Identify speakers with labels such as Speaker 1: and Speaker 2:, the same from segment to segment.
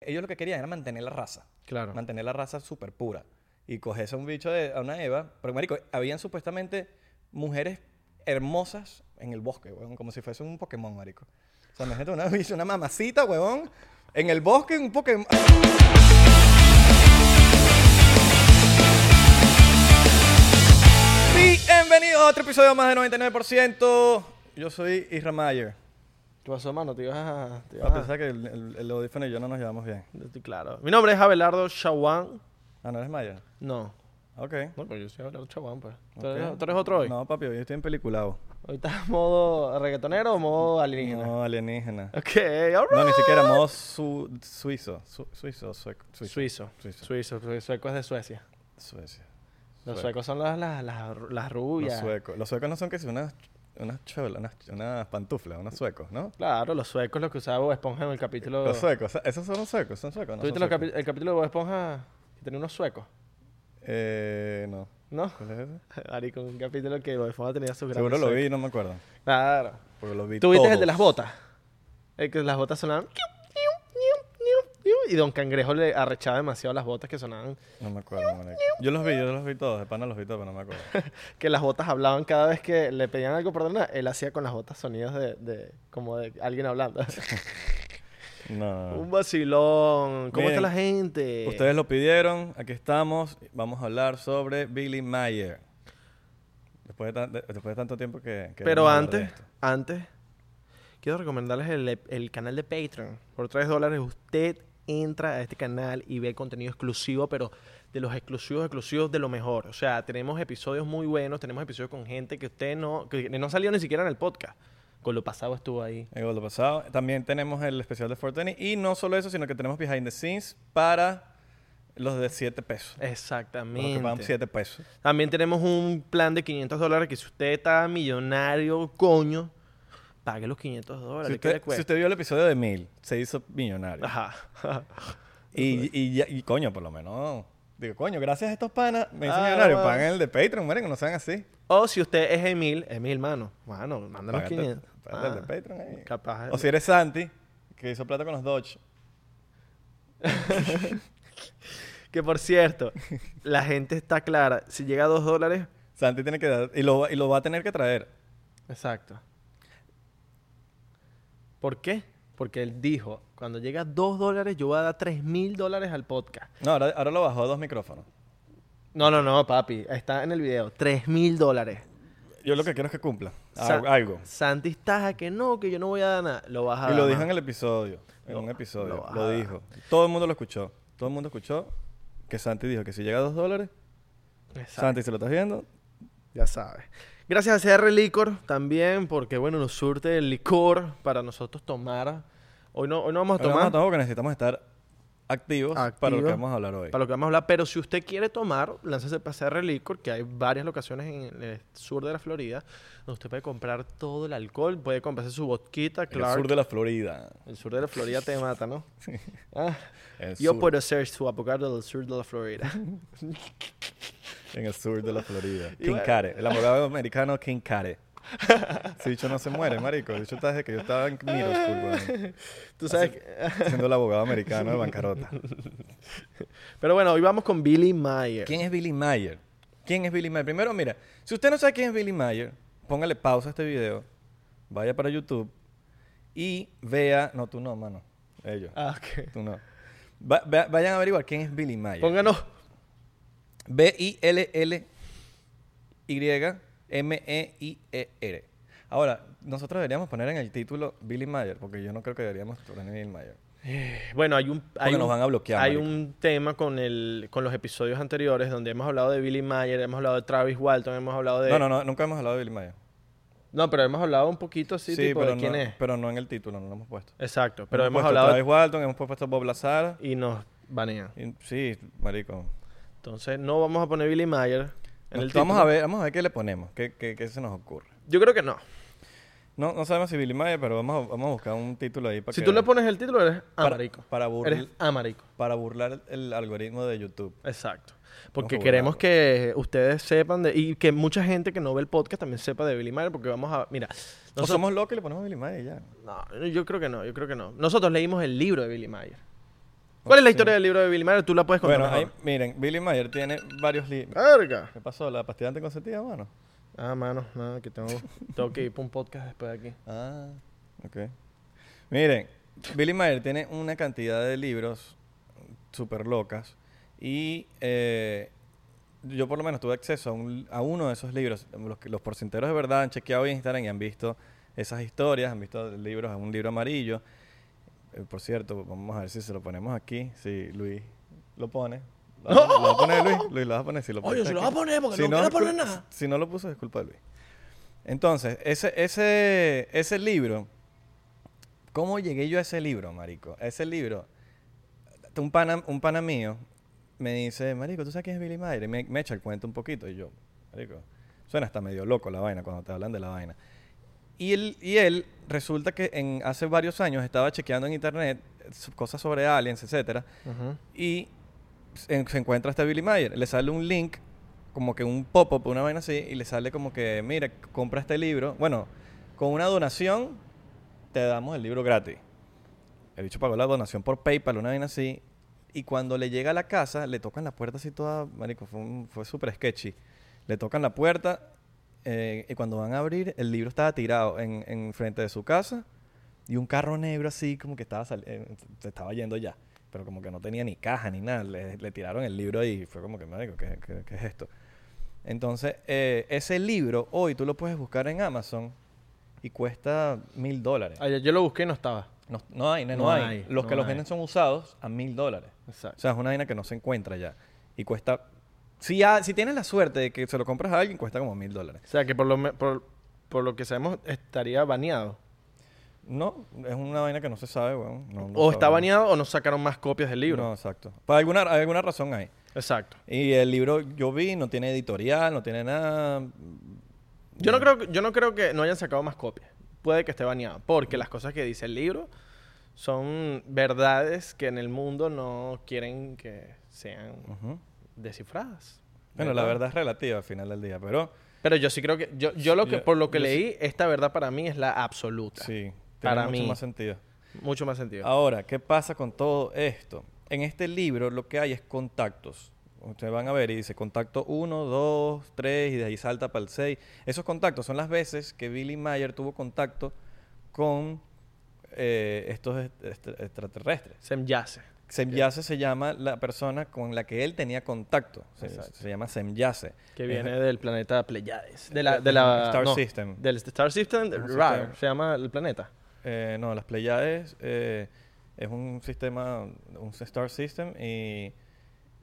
Speaker 1: Ellos lo que querían era mantener la raza.
Speaker 2: Claro.
Speaker 1: Mantener la raza súper pura. Y coges a un bicho, de, a una Eva. Pero, marico, habían supuestamente mujeres hermosas en el bosque, weón. Como si fuese un Pokémon, marico. O sea, imagínate una bicha, una mamacita, weón. En el bosque, un Pokémon. Bienvenidos a otro episodio más de 99%. Yo soy Isra Mayer.
Speaker 2: ¿Qué pasó, mano? Te ibas a... Te ibas
Speaker 1: A pesar que el, el- el audífono y yo no nos llevamos bien.
Speaker 2: Yo estoy claro. Mi nombre es Abelardo Chaguán.
Speaker 1: Ah, no eres Mayer.
Speaker 2: No.
Speaker 1: Ok.
Speaker 2: No, pero yo soy Abelardo Chaguán, pues. ¿Tú,
Speaker 1: Ok.
Speaker 2: eres, tú eres otro hoy?
Speaker 1: No, papi, hoy estoy en peliculado.
Speaker 2: ¿Hoy estás modo reggaetonero o modo alienígena?
Speaker 1: No, alienígena.
Speaker 2: Ok, alright.
Speaker 1: No, ni siquiera modo su- suizo. Su- suizo, sueco. Suizo.
Speaker 2: Suizo.
Speaker 1: Suizo.
Speaker 2: Suizo. Suizo. Sueco es de Suecia.
Speaker 1: Suecia. Sueco.
Speaker 2: Los suecos son las, las, las, las
Speaker 1: Los
Speaker 2: rubias.
Speaker 1: suecos. Los suecos no son que si unas unas cholas, unas, unas pantuflas, unos suecos, ¿no?
Speaker 2: Claro, los suecos, los que usaba Bob Esponja en el capítulo...
Speaker 1: Los suecos. Esos son los suecos, son suecos.
Speaker 2: ¿Tú
Speaker 1: No
Speaker 2: viste
Speaker 1: son
Speaker 2: Oh. los
Speaker 1: suecos?
Speaker 2: capi- el capítulo de Bob Esponja que tenía unos suecos?
Speaker 1: Eh, no.
Speaker 2: ¿No?
Speaker 1: ¿Cuál es ese?
Speaker 2: Marico, un capítulo que Bob Esponja tenía sus grandes
Speaker 1: Seguro lo
Speaker 2: suecos.
Speaker 1: vi, no me acuerdo.
Speaker 2: Claro.
Speaker 1: Porque lo vi
Speaker 2: ¿Tú viste el de
Speaker 1: todos.
Speaker 2: las botas? El que las botas sonaban... Y Don Cangrejo le arrechaba demasiado las botas que sonaban.
Speaker 1: No me acuerdo, marico. Yo los vi, yo los vi todos. De pana los vi todos, pero no me acuerdo.
Speaker 2: Que las botas hablaban cada vez que le pedían algo por ordenar. Él hacía con las botas sonidos de... de- como de alguien hablando.
Speaker 1: No.
Speaker 2: Un vacilón. ¿Cómo está
Speaker 1: Ah. Miren,
Speaker 2: la gente?
Speaker 1: Ustedes lo pidieron, aquí estamos. Vamos a hablar sobre Billy Mayer. Después de, tan- de- después de tanto tiempo que. que
Speaker 2: Pero
Speaker 1: vamos a hablar de
Speaker 2: antes,
Speaker 1: esto.
Speaker 2: antes, quiero recomendarles el, el canal de Patreon. Por 3 dólares usted entra a este canal y ve el contenido exclusivo, pero de los exclusivos, exclusivos de lo mejor. O sea, tenemos episodios muy buenos, tenemos episodios con gente que usted no, que no salió ni siquiera en el podcast. Con lo pasado estuvo ahí.
Speaker 1: El gol pasado. También tenemos el especial de Fortnite. Y no solo eso, sino que tenemos behind the scenes para los de 7 pesos. Los que pagan
Speaker 2: Exactamente.
Speaker 1: 7 pesos.
Speaker 2: También tenemos un plan de 500 dólares que si usted está millonario, coño, pague los 500 dólares.
Speaker 1: Si
Speaker 2: ¿Qué le
Speaker 1: usted, si
Speaker 2: cuesta?
Speaker 1: usted vio el episodio de 1000, se hizo millonario.
Speaker 2: Ajá.
Speaker 1: Y, y, ya- y coño, por lo menos. Digo, coño, gracias a estos panas, me hice
Speaker 2: Ah,
Speaker 1: millonario.
Speaker 2: bueno.
Speaker 1: Pagan el de Patreon, miren, no sean así.
Speaker 2: O si usted es Emil, Emil, mano. Bueno, mándanos
Speaker 1: Págate-
Speaker 2: 500.
Speaker 1: págate el de
Speaker 2: Ah,
Speaker 1: Patreon ahí.
Speaker 2: Capaz.
Speaker 1: O si eres Santi, que hizo plata con los Dodge.
Speaker 2: Que por cierto, la gente está clara. Si llega a 2 dólares.
Speaker 1: Santi tiene que dar. Y lo, va- y lo va a tener que traer.
Speaker 2: Exacto. ¿Por qué? Porque él dijo: cuando llega a 2 dólares, yo voy a dar 3 mil dólares al podcast.
Speaker 1: No, ahora, ahora lo bajó a dos micrófonos.
Speaker 2: No, no, no, papi. Está en el video. 3 mil dólares.
Speaker 1: Yo lo que quiero es que cumpla.
Speaker 2: Sa-
Speaker 1: Al- algo.
Speaker 2: Santi está a que no, que yo no voy a dar nada. Lo vas a
Speaker 1: Y
Speaker 2: dar.
Speaker 1: lo dijo en
Speaker 2: mano.
Speaker 1: el episodio. En
Speaker 2: Ah, Lo-
Speaker 1: un episodio.
Speaker 2: lo ah.
Speaker 1: Lo,
Speaker 2: vas a dar.
Speaker 1: dijo. Todo el mundo lo escuchó. Todo el mundo escuchó que Santi dijo que si llega a dos dólares,
Speaker 2: Exacto.
Speaker 1: Santi, si lo estás viendo,
Speaker 2: Ya sabes. Gracias a CR Licor también, porque bueno, nos surte el licor para nosotros tomar. Hoy no, hoy no vamos
Speaker 1: ahora
Speaker 2: a tomar
Speaker 1: vamos a tomar porque necesitamos estar activos, para lo que
Speaker 2: Activos.
Speaker 1: vamos a hablar hoy.
Speaker 2: para lo que vamos a hablar, pero si usted quiere tomar, lánzese para CR Licor, que hay varias locaciones en el sur de la Florida, donde usted puede comprar todo el alcohol, puede comprarse su vodka,
Speaker 1: En El
Speaker 2: claro.
Speaker 1: sur de la Florida.
Speaker 2: la Florida te mata, ¿no? Ah,
Speaker 1: El
Speaker 2: yo
Speaker 1: sur-
Speaker 2: puedo ser su abogado del sur de la Florida.
Speaker 1: En el sur de la Florida.
Speaker 2: Y
Speaker 1: King
Speaker 2: bueno.
Speaker 1: Care. El abogado americano King Care. Ese bicho no se muere, marico. Ese bicho está desde que yo estaba en middle school, weón.
Speaker 2: Tú sabes
Speaker 1: Así-
Speaker 2: que-
Speaker 1: Siendo el abogado americano de bancarrota.
Speaker 2: Pero bueno, hoy vamos con Billy Mayer.
Speaker 1: ¿Quién es Billy Mayer? ¿Quién es Billy Mayer? Primero, mira, si usted no sabe quién es Billy Mayer, póngale pausa a este video, vaya para YouTube y vea. No, tú no, mano. Ellos.
Speaker 2: Ah, ok.
Speaker 1: Tú no. Va- va- vayan a averiguar quién es Billy Mayer.
Speaker 2: Pónganos.
Speaker 1: E B-I-L-L-Y-M-E-I-E-R. Ahora, nosotros deberíamos poner en el título Billy Mayer, porque yo no creo que deberíamos poner Billy Mayer.
Speaker 2: Bueno, hay un, hay
Speaker 1: nos
Speaker 2: un-
Speaker 1: van a bloquear,
Speaker 2: Hay
Speaker 1: marico.
Speaker 2: un tema con el con los episodios anteriores donde hemos hablado de Billy Mayer, hemos hablado de Travis Walton, hemos hablado de
Speaker 1: No, no, no, nunca hemos hablado de Billy Mayer.
Speaker 2: No, pero hemos hablado un poquito así tipo de
Speaker 1: pero,
Speaker 2: quién
Speaker 1: no,
Speaker 2: es.
Speaker 1: pero no en el título, no lo hemos puesto.
Speaker 2: Exacto, pero hemos
Speaker 1: puesto
Speaker 2: hablado
Speaker 1: Travis Walton, hemos puesto Bob Lazar.
Speaker 2: y nos banean.
Speaker 1: y- sí, marico.
Speaker 2: Entonces, no vamos a poner Billy Mayer en el
Speaker 1: vamos
Speaker 2: título.
Speaker 1: a ver, vamos a ver qué le ponemos, qué, qué- qué se nos ocurre.
Speaker 2: Yo creo que no.
Speaker 1: No, no sabemos si Billy Mayer, pero vamos a, vamos a buscar un título ahí para
Speaker 2: Si
Speaker 1: que-
Speaker 2: tú le pones el título eres
Speaker 1: Para-
Speaker 2: amarico.
Speaker 1: para burl-
Speaker 2: Eres amarico.
Speaker 1: para burlar el algoritmo de YouTube.
Speaker 2: Exacto. Porque
Speaker 1: Ojo,
Speaker 2: queremos
Speaker 1: bravo.
Speaker 2: que ustedes sepan de, y que mucha gente que no ve el podcast también sepa de Billy Mayer porque vamos a mira,
Speaker 1: No
Speaker 2: nosotros-
Speaker 1: somos locos y le ponemos Billy Mayer y ya.
Speaker 2: No, yo creo que no, yo creo que no. Nosotros leímos el libro de Billy Mayer. ¿Cuál es la historia del libro de Billy Mayer? Tú la puedes contar.
Speaker 1: Bueno, ahí,
Speaker 2: mejor.
Speaker 1: miren, Billy Mayer tiene varios libros.
Speaker 2: Verga.
Speaker 1: ¿Qué pasó? ¿La pastilla anticonceptiva, mano?
Speaker 2: Ah, mano, nada, que tengo, tengo que ir para un podcast después de aquí.
Speaker 1: Ah, ok. Miren, Billy Mayer tiene una cantidad de libros súper locas y eh, yo por lo menos tuve acceso a, un- a uno de esos libros. Los, que- los porcenteros de verdad han chequeado Instagram y han visto esas historias, han visto libros, un libro amarillo. Eh, por cierto, vamos a ver si se lo ponemos aquí, si Luis lo pone. ¿Lo, lo va a poner Luis? Luis lo va a poner, si lo
Speaker 2: Oye,
Speaker 1: pusiste
Speaker 2: se lo
Speaker 1: aquí.
Speaker 2: va a poner porque
Speaker 1: Si
Speaker 2: no quiero
Speaker 1: es cul-
Speaker 2: poner nada.
Speaker 1: Si no lo puso es culpa de Luis. Entonces, ese, ese, ese libro, ¿cómo llegué yo a ese libro, marico? A ese libro, un pana, un pana mío me dice, marico, ¿tú sabes quién es Billy Mayer? Y me, me echa el cuento un poquito. Y yo, marico, suena hasta medio loco la vaina cuando te hablan de la vaina. Y él, y él resulta que en, hace varios años estaba chequeando en internet eh, so- cosas sobre aliens, etcétera,
Speaker 2: Ujú.
Speaker 1: y se, se encuentra este Billy Mayer. Le sale un link, como que un pop-up, una vaina así, y le sale como que, mira, compra este libro. Bueno, con una donación te damos el libro gratis. El bicho pagó la donación por PayPal, una vaina así. Y cuando le llega a la casa, le tocan la puerta así toda, marico, fue, un- fue súper sketchy. Le tocan la puerta eh, y cuando van a abrir, el libro estaba tirado en, en frente de su casa y un carro negro así como que estaba sali- eh, se estaba yendo ya. Pero como que no tenía ni caja ni nada. Le, le tiraron el libro ahí. Fue como que, marico, ¿qué, qué- qué es esto? Entonces, eh, ese libro hoy tú lo puedes buscar en Amazon y cuesta mil dólares.
Speaker 2: Ayer Ah, yo lo busqué y no estaba.
Speaker 1: No, no hay, no,
Speaker 2: No
Speaker 1: hay.
Speaker 2: hay,
Speaker 1: Los
Speaker 2: no
Speaker 1: que los
Speaker 2: hay.
Speaker 1: venden son usados a mil dólares. O
Speaker 2: Exacto.
Speaker 1: sea, es una vaina que no se encuentra ya. Y cuesta... Si, ha- si tienes la suerte de que se lo compras a alguien, cuesta como mil dólares.
Speaker 2: O sea, que por lo, me- por, por lo que sabemos estaría baneado.
Speaker 1: No, es una vaina que no se sabe, weón. No- no
Speaker 2: o está
Speaker 1: sabemos.
Speaker 2: baneado o no sacaron más copias del libro.
Speaker 1: No, exacto. Por alguna, alguna razón hay.
Speaker 2: Exacto.
Speaker 1: Y el libro yo vi, no tiene editorial, no tiene nada.
Speaker 2: Yo no, creo, que- yo no creo que no hayan sacado más copias. Puede que esté baneado. Porque las cosas que dice el libro son verdades que en el mundo no quieren que sean
Speaker 1: Ujú.
Speaker 2: descifradas.
Speaker 1: Ah. Bueno, la verdad es relativa al final del día, pero
Speaker 2: Pero yo sí creo que. Yo, yo lo que
Speaker 1: Yo-
Speaker 2: por lo que
Speaker 1: yo sí-
Speaker 2: leí, esta verdad para mí es la absoluta.
Speaker 1: sí, Ah. tiene
Speaker 2: Para
Speaker 1: mucho
Speaker 2: mí.
Speaker 1: más sentido.
Speaker 2: Mucho más sentido.
Speaker 1: Ahora, ¿qué pasa con todo esto? En este libro lo que hay es contactos. Ustedes van a ver y dice contacto 1, 2, 3 y de ahí salta para el 6. Esos contactos son las veces que Billy Mayer tuvo contacto con eh, estos est- est- extraterrestres.
Speaker 2: Se yace.
Speaker 1: Semyase se llama la persona con la que él tenía contacto. Se,
Speaker 2: Exacto.
Speaker 1: se llama Semyase.
Speaker 2: Que
Speaker 1: Es-
Speaker 2: viene del planeta Pleiades. De la,
Speaker 1: Eh,
Speaker 2: de la-
Speaker 1: Star
Speaker 2: no,
Speaker 1: System.
Speaker 2: Del Star System,
Speaker 1: Un
Speaker 2: Ra,
Speaker 1: sistema.
Speaker 2: se llama el planeta.
Speaker 1: eh, no, las Pleiades eh, es un sistema, un star system y,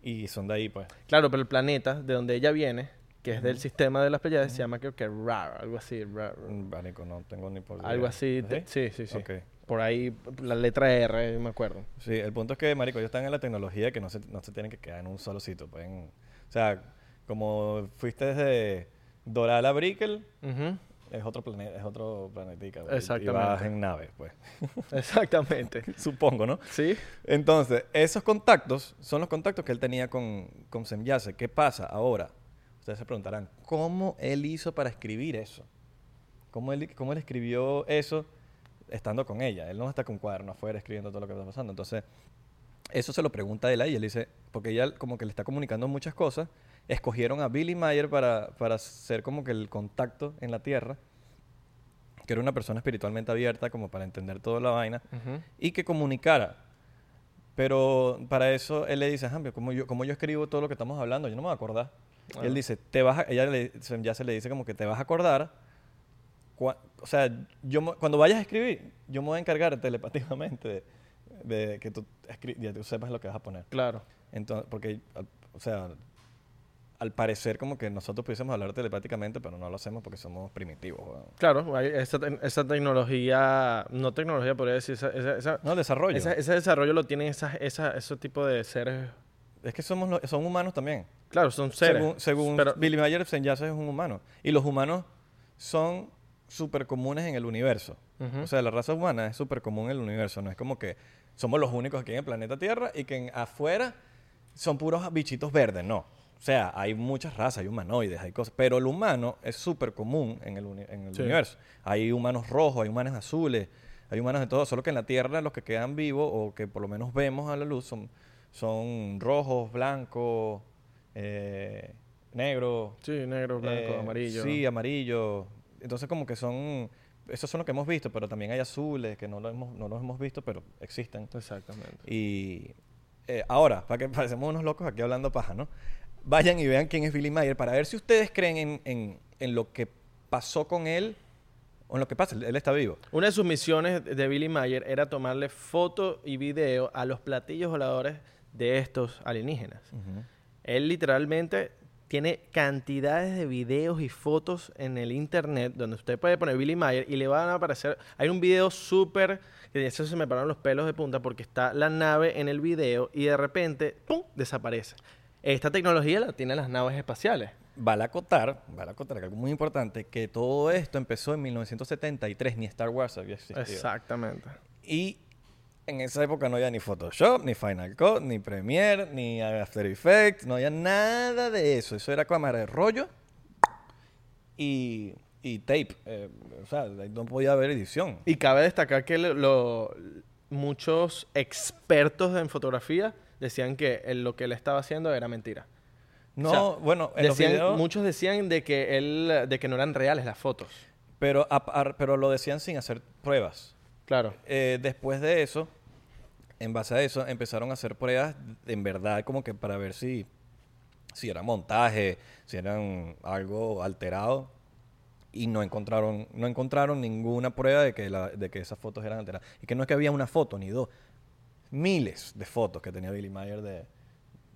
Speaker 1: y son de ahí, pues.
Speaker 2: Claro, pero el planeta de donde ella viene, que es del sistema de las Pleiades, se llama creo que Ra, algo así. Ra, Ra.
Speaker 1: Mm, Marico, no tengo ni por
Speaker 2: algo así. te-
Speaker 1: ¿Sí?
Speaker 2: Sí, sí, sí.
Speaker 1: Ok.
Speaker 2: Por ahí la letra R, me acuerdo.
Speaker 1: Sí, el punto es que, marico, ellos están en la tecnología que no se, no se tienen que quedar en un solo sitio. Pueden, o sea, como fuiste desde Doral a Brickell,
Speaker 2: Ujú.
Speaker 1: es otro planeta, es otro planetica. güey, y- Y vas
Speaker 2: Exactamente.
Speaker 1: en nave, pues.
Speaker 2: Exactamente.
Speaker 1: Supongo, ¿no?
Speaker 2: ¿Sí?
Speaker 1: Entonces, esos contactos son los contactos que él tenía con, con Semyase. ¿Qué pasa ahora? Ustedes se preguntarán, ¿cómo él hizo para escribir eso? ¿Cómo él, cómo él escribió eso estando con ella? Él no está con cuaderno afuera escribiendo todo lo que está pasando. Entonces, eso se lo pregunta él a ella. Él dice, porque ella como que le está comunicando muchas cosas. Escogieron a Billy Mayer para, para ser como que el contacto en la tierra. Que era una persona espiritualmente abierta como para entender toda la vaina
Speaker 2: Ujú.
Speaker 1: y que comunicara. Pero para eso él le dice, "Ajá, pero ¿cómo yo, cómo yo escribo todo lo que estamos hablando? Yo no me voy a acordar. Y
Speaker 2: Ah.
Speaker 1: él dice, te vas a, ella le- se- ya se le dice como que te vas a acordar. cua- o sea, yo me- cuando vayas a escribir, yo me voy a encargar telepáticamente de, de que tú, escri- ya tú sepas lo que vas a poner.
Speaker 2: Claro.
Speaker 1: Entonces, porque, al- o sea, al parecer como que nosotros pudiésemos hablar telepáticamente, pero no lo hacemos porque somos primitivos. weón.
Speaker 2: Claro, hay esa, te- esa tecnología, no tecnología, podría decir, esa, esa- esa-
Speaker 1: No, el desarrollo.
Speaker 2: esa- ese desarrollo lo tienen esas, esas, esos tipos de seres.
Speaker 1: Es que somos, los- son humanos también.
Speaker 2: Claro, son seres.
Speaker 1: Según, según
Speaker 2: pero-
Speaker 1: Billy Mayer, Senyasa es un humano. Y los humanos son súper comunes en el universo.
Speaker 2: Ujú.
Speaker 1: O sea, la raza humana es súper común en el universo. No es como que somos los únicos aquí en el planeta Tierra y que en- afuera son puros bichitos verdes. No. O sea, hay muchas razas, hay humanoides, hay cosas. Pero el humano es súper común en el, uni- en el
Speaker 2: Sí.
Speaker 1: universo. Hay humanos rojos, hay humanos azules, hay humanos de todo, solo que en la Tierra los que quedan vivos o que por lo menos vemos a la luz son, son rojos, blancos, eh, negros.
Speaker 2: Sí, negro, blanco,
Speaker 1: eh,
Speaker 2: amarillo.
Speaker 1: Sí, amarillo. Entonces como que son, esos son los que hemos visto, pero también hay azules que no, lo hemos, no los hemos visto, pero existen.
Speaker 2: Exactamente.
Speaker 1: Y eh, ahora, para que parecemos unos locos aquí hablando paja, ¿no? Vayan y vean quién es Billy Mayer para ver si ustedes creen en, en- en lo que pasó con él o en lo que pasa. Él está vivo.
Speaker 2: Una de sus misiones de Billy Mayer era tomarle foto y video a los platillos voladores de estos alienígenas. Él literalmente tiene cantidades de videos y fotos en el internet donde usted puede poner Billy Mayer y le van a aparecer. Hay un video súper. que De eso se me pararon los pelos de punta porque está la nave en el video y de repente, ¡pum! desaparece. Esta tecnología la tienen las naves espaciales.
Speaker 1: Vale acotar, vale acotar, que algo muy importante, que todo esto empezó en 1973, ni Star Wars había existido.
Speaker 2: Exactamente.
Speaker 1: Y en esa época no había ni Photoshop, ni Final Cut, ni Premiere, ni After Effects, no había nada de eso. Eso era cámara de rollo y, y tape. Eh, o sea, ahí no podía haber edición.
Speaker 2: Y cabe destacar que lo- lo- muchos expertos en fotografía decían que él- lo que él estaba haciendo era mentira.
Speaker 1: No,
Speaker 2: O sea,
Speaker 1: bueno, en los
Speaker 2: Decían-
Speaker 1: videos-
Speaker 2: Muchos decían de que él, de que no eran reales las fotos.
Speaker 1: pero, a- a- pero lo decían sin hacer pruebas.
Speaker 2: Claro.
Speaker 1: Eh, después de eso, en base a eso, empezaron a hacer pruebas en verdad como que para ver si, si era montaje, si era un- algo alterado. Y no encontraron, no encontraron ninguna prueba de que, la- de que esas fotos eran alteradas. Y que no es que había una foto ni dos. Miles de fotos que tenía Billy Mayer de...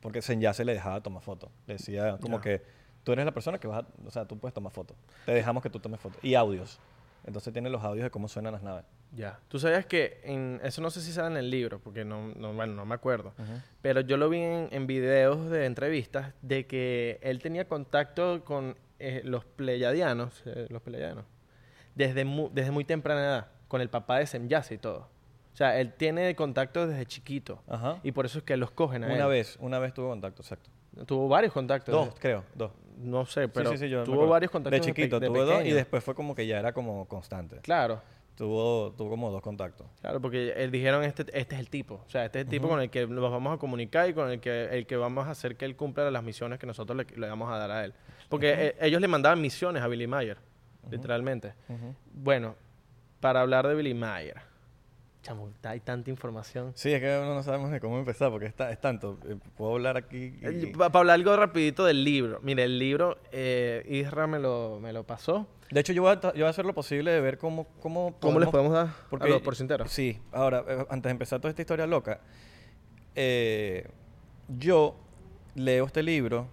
Speaker 1: Porque se- ya se le dejaba tomar fotos. Le decía como
Speaker 2: Ya.
Speaker 1: que tú eres la persona que vas a... O sea, tú puedes tomar fotos. Te dejamos que tú tomes fotos. Y audios. Entonces tiene los audios de cómo suenan las naves.
Speaker 2: Ya. Tú sabías que en- eso no sé si sale en el libro, porque no, no- bueno, no me acuerdo. Pero yo lo vi en, en videos de entrevistas de que él tenía contacto con eh, los pleyadianos, eh, los pleyadianos, desde, mu- desde muy temprana edad, con el papá de Semyase y todo. O sea, él tiene contacto desde chiquito.
Speaker 1: Ajá.
Speaker 2: Y por eso es que los cogen a
Speaker 1: Una
Speaker 2: él.
Speaker 1: vez, una vez tuvo contacto, exacto.
Speaker 2: Tuvo varios contactos.
Speaker 1: Dos, creo, dos.
Speaker 2: No sé,
Speaker 1: Sí,
Speaker 2: pero
Speaker 1: sí, sí, yo me
Speaker 2: tuvo
Speaker 1: acuerdo.
Speaker 2: varios contactos
Speaker 1: De
Speaker 2: pe-
Speaker 1: chiquito,
Speaker 2: de
Speaker 1: tuvo dos y
Speaker 2: pequeño.
Speaker 1: después fue como que ya era como constante.
Speaker 2: Claro.
Speaker 1: Tuvo, tuvo como dos contactos.
Speaker 2: Claro, porque eh, dijeron este, este es el tipo, o sea, este es el tipo con el que nos vamos a comunicar y con el que el que vamos a hacer que él cumpla las misiones que nosotros le, le vamos a dar a él. Porque eh, ellos le mandaban misiones a Billy Mayer, literalmente. Bueno, para hablar de Billy Mayer, chamo, hay tanta información.
Speaker 1: Sí, es que uno no sabemos ni cómo empezar porque está, es tanto. Eh, Puedo hablar aquí. y-
Speaker 2: Para Eh, hablar algo rapidito del libro, mire, el libro eh, Isra me lo, me lo pasó.
Speaker 1: De hecho, yo voy, a, tra- yo voy a hacer lo posible de ver cómo. ¿Cómo,
Speaker 2: ¿Cómo les
Speaker 1: podemos-
Speaker 2: podemos dar a los porcenteros?
Speaker 1: Sí, ahora, eh, antes de empezar toda esta historia loca, eh, yo leo este libro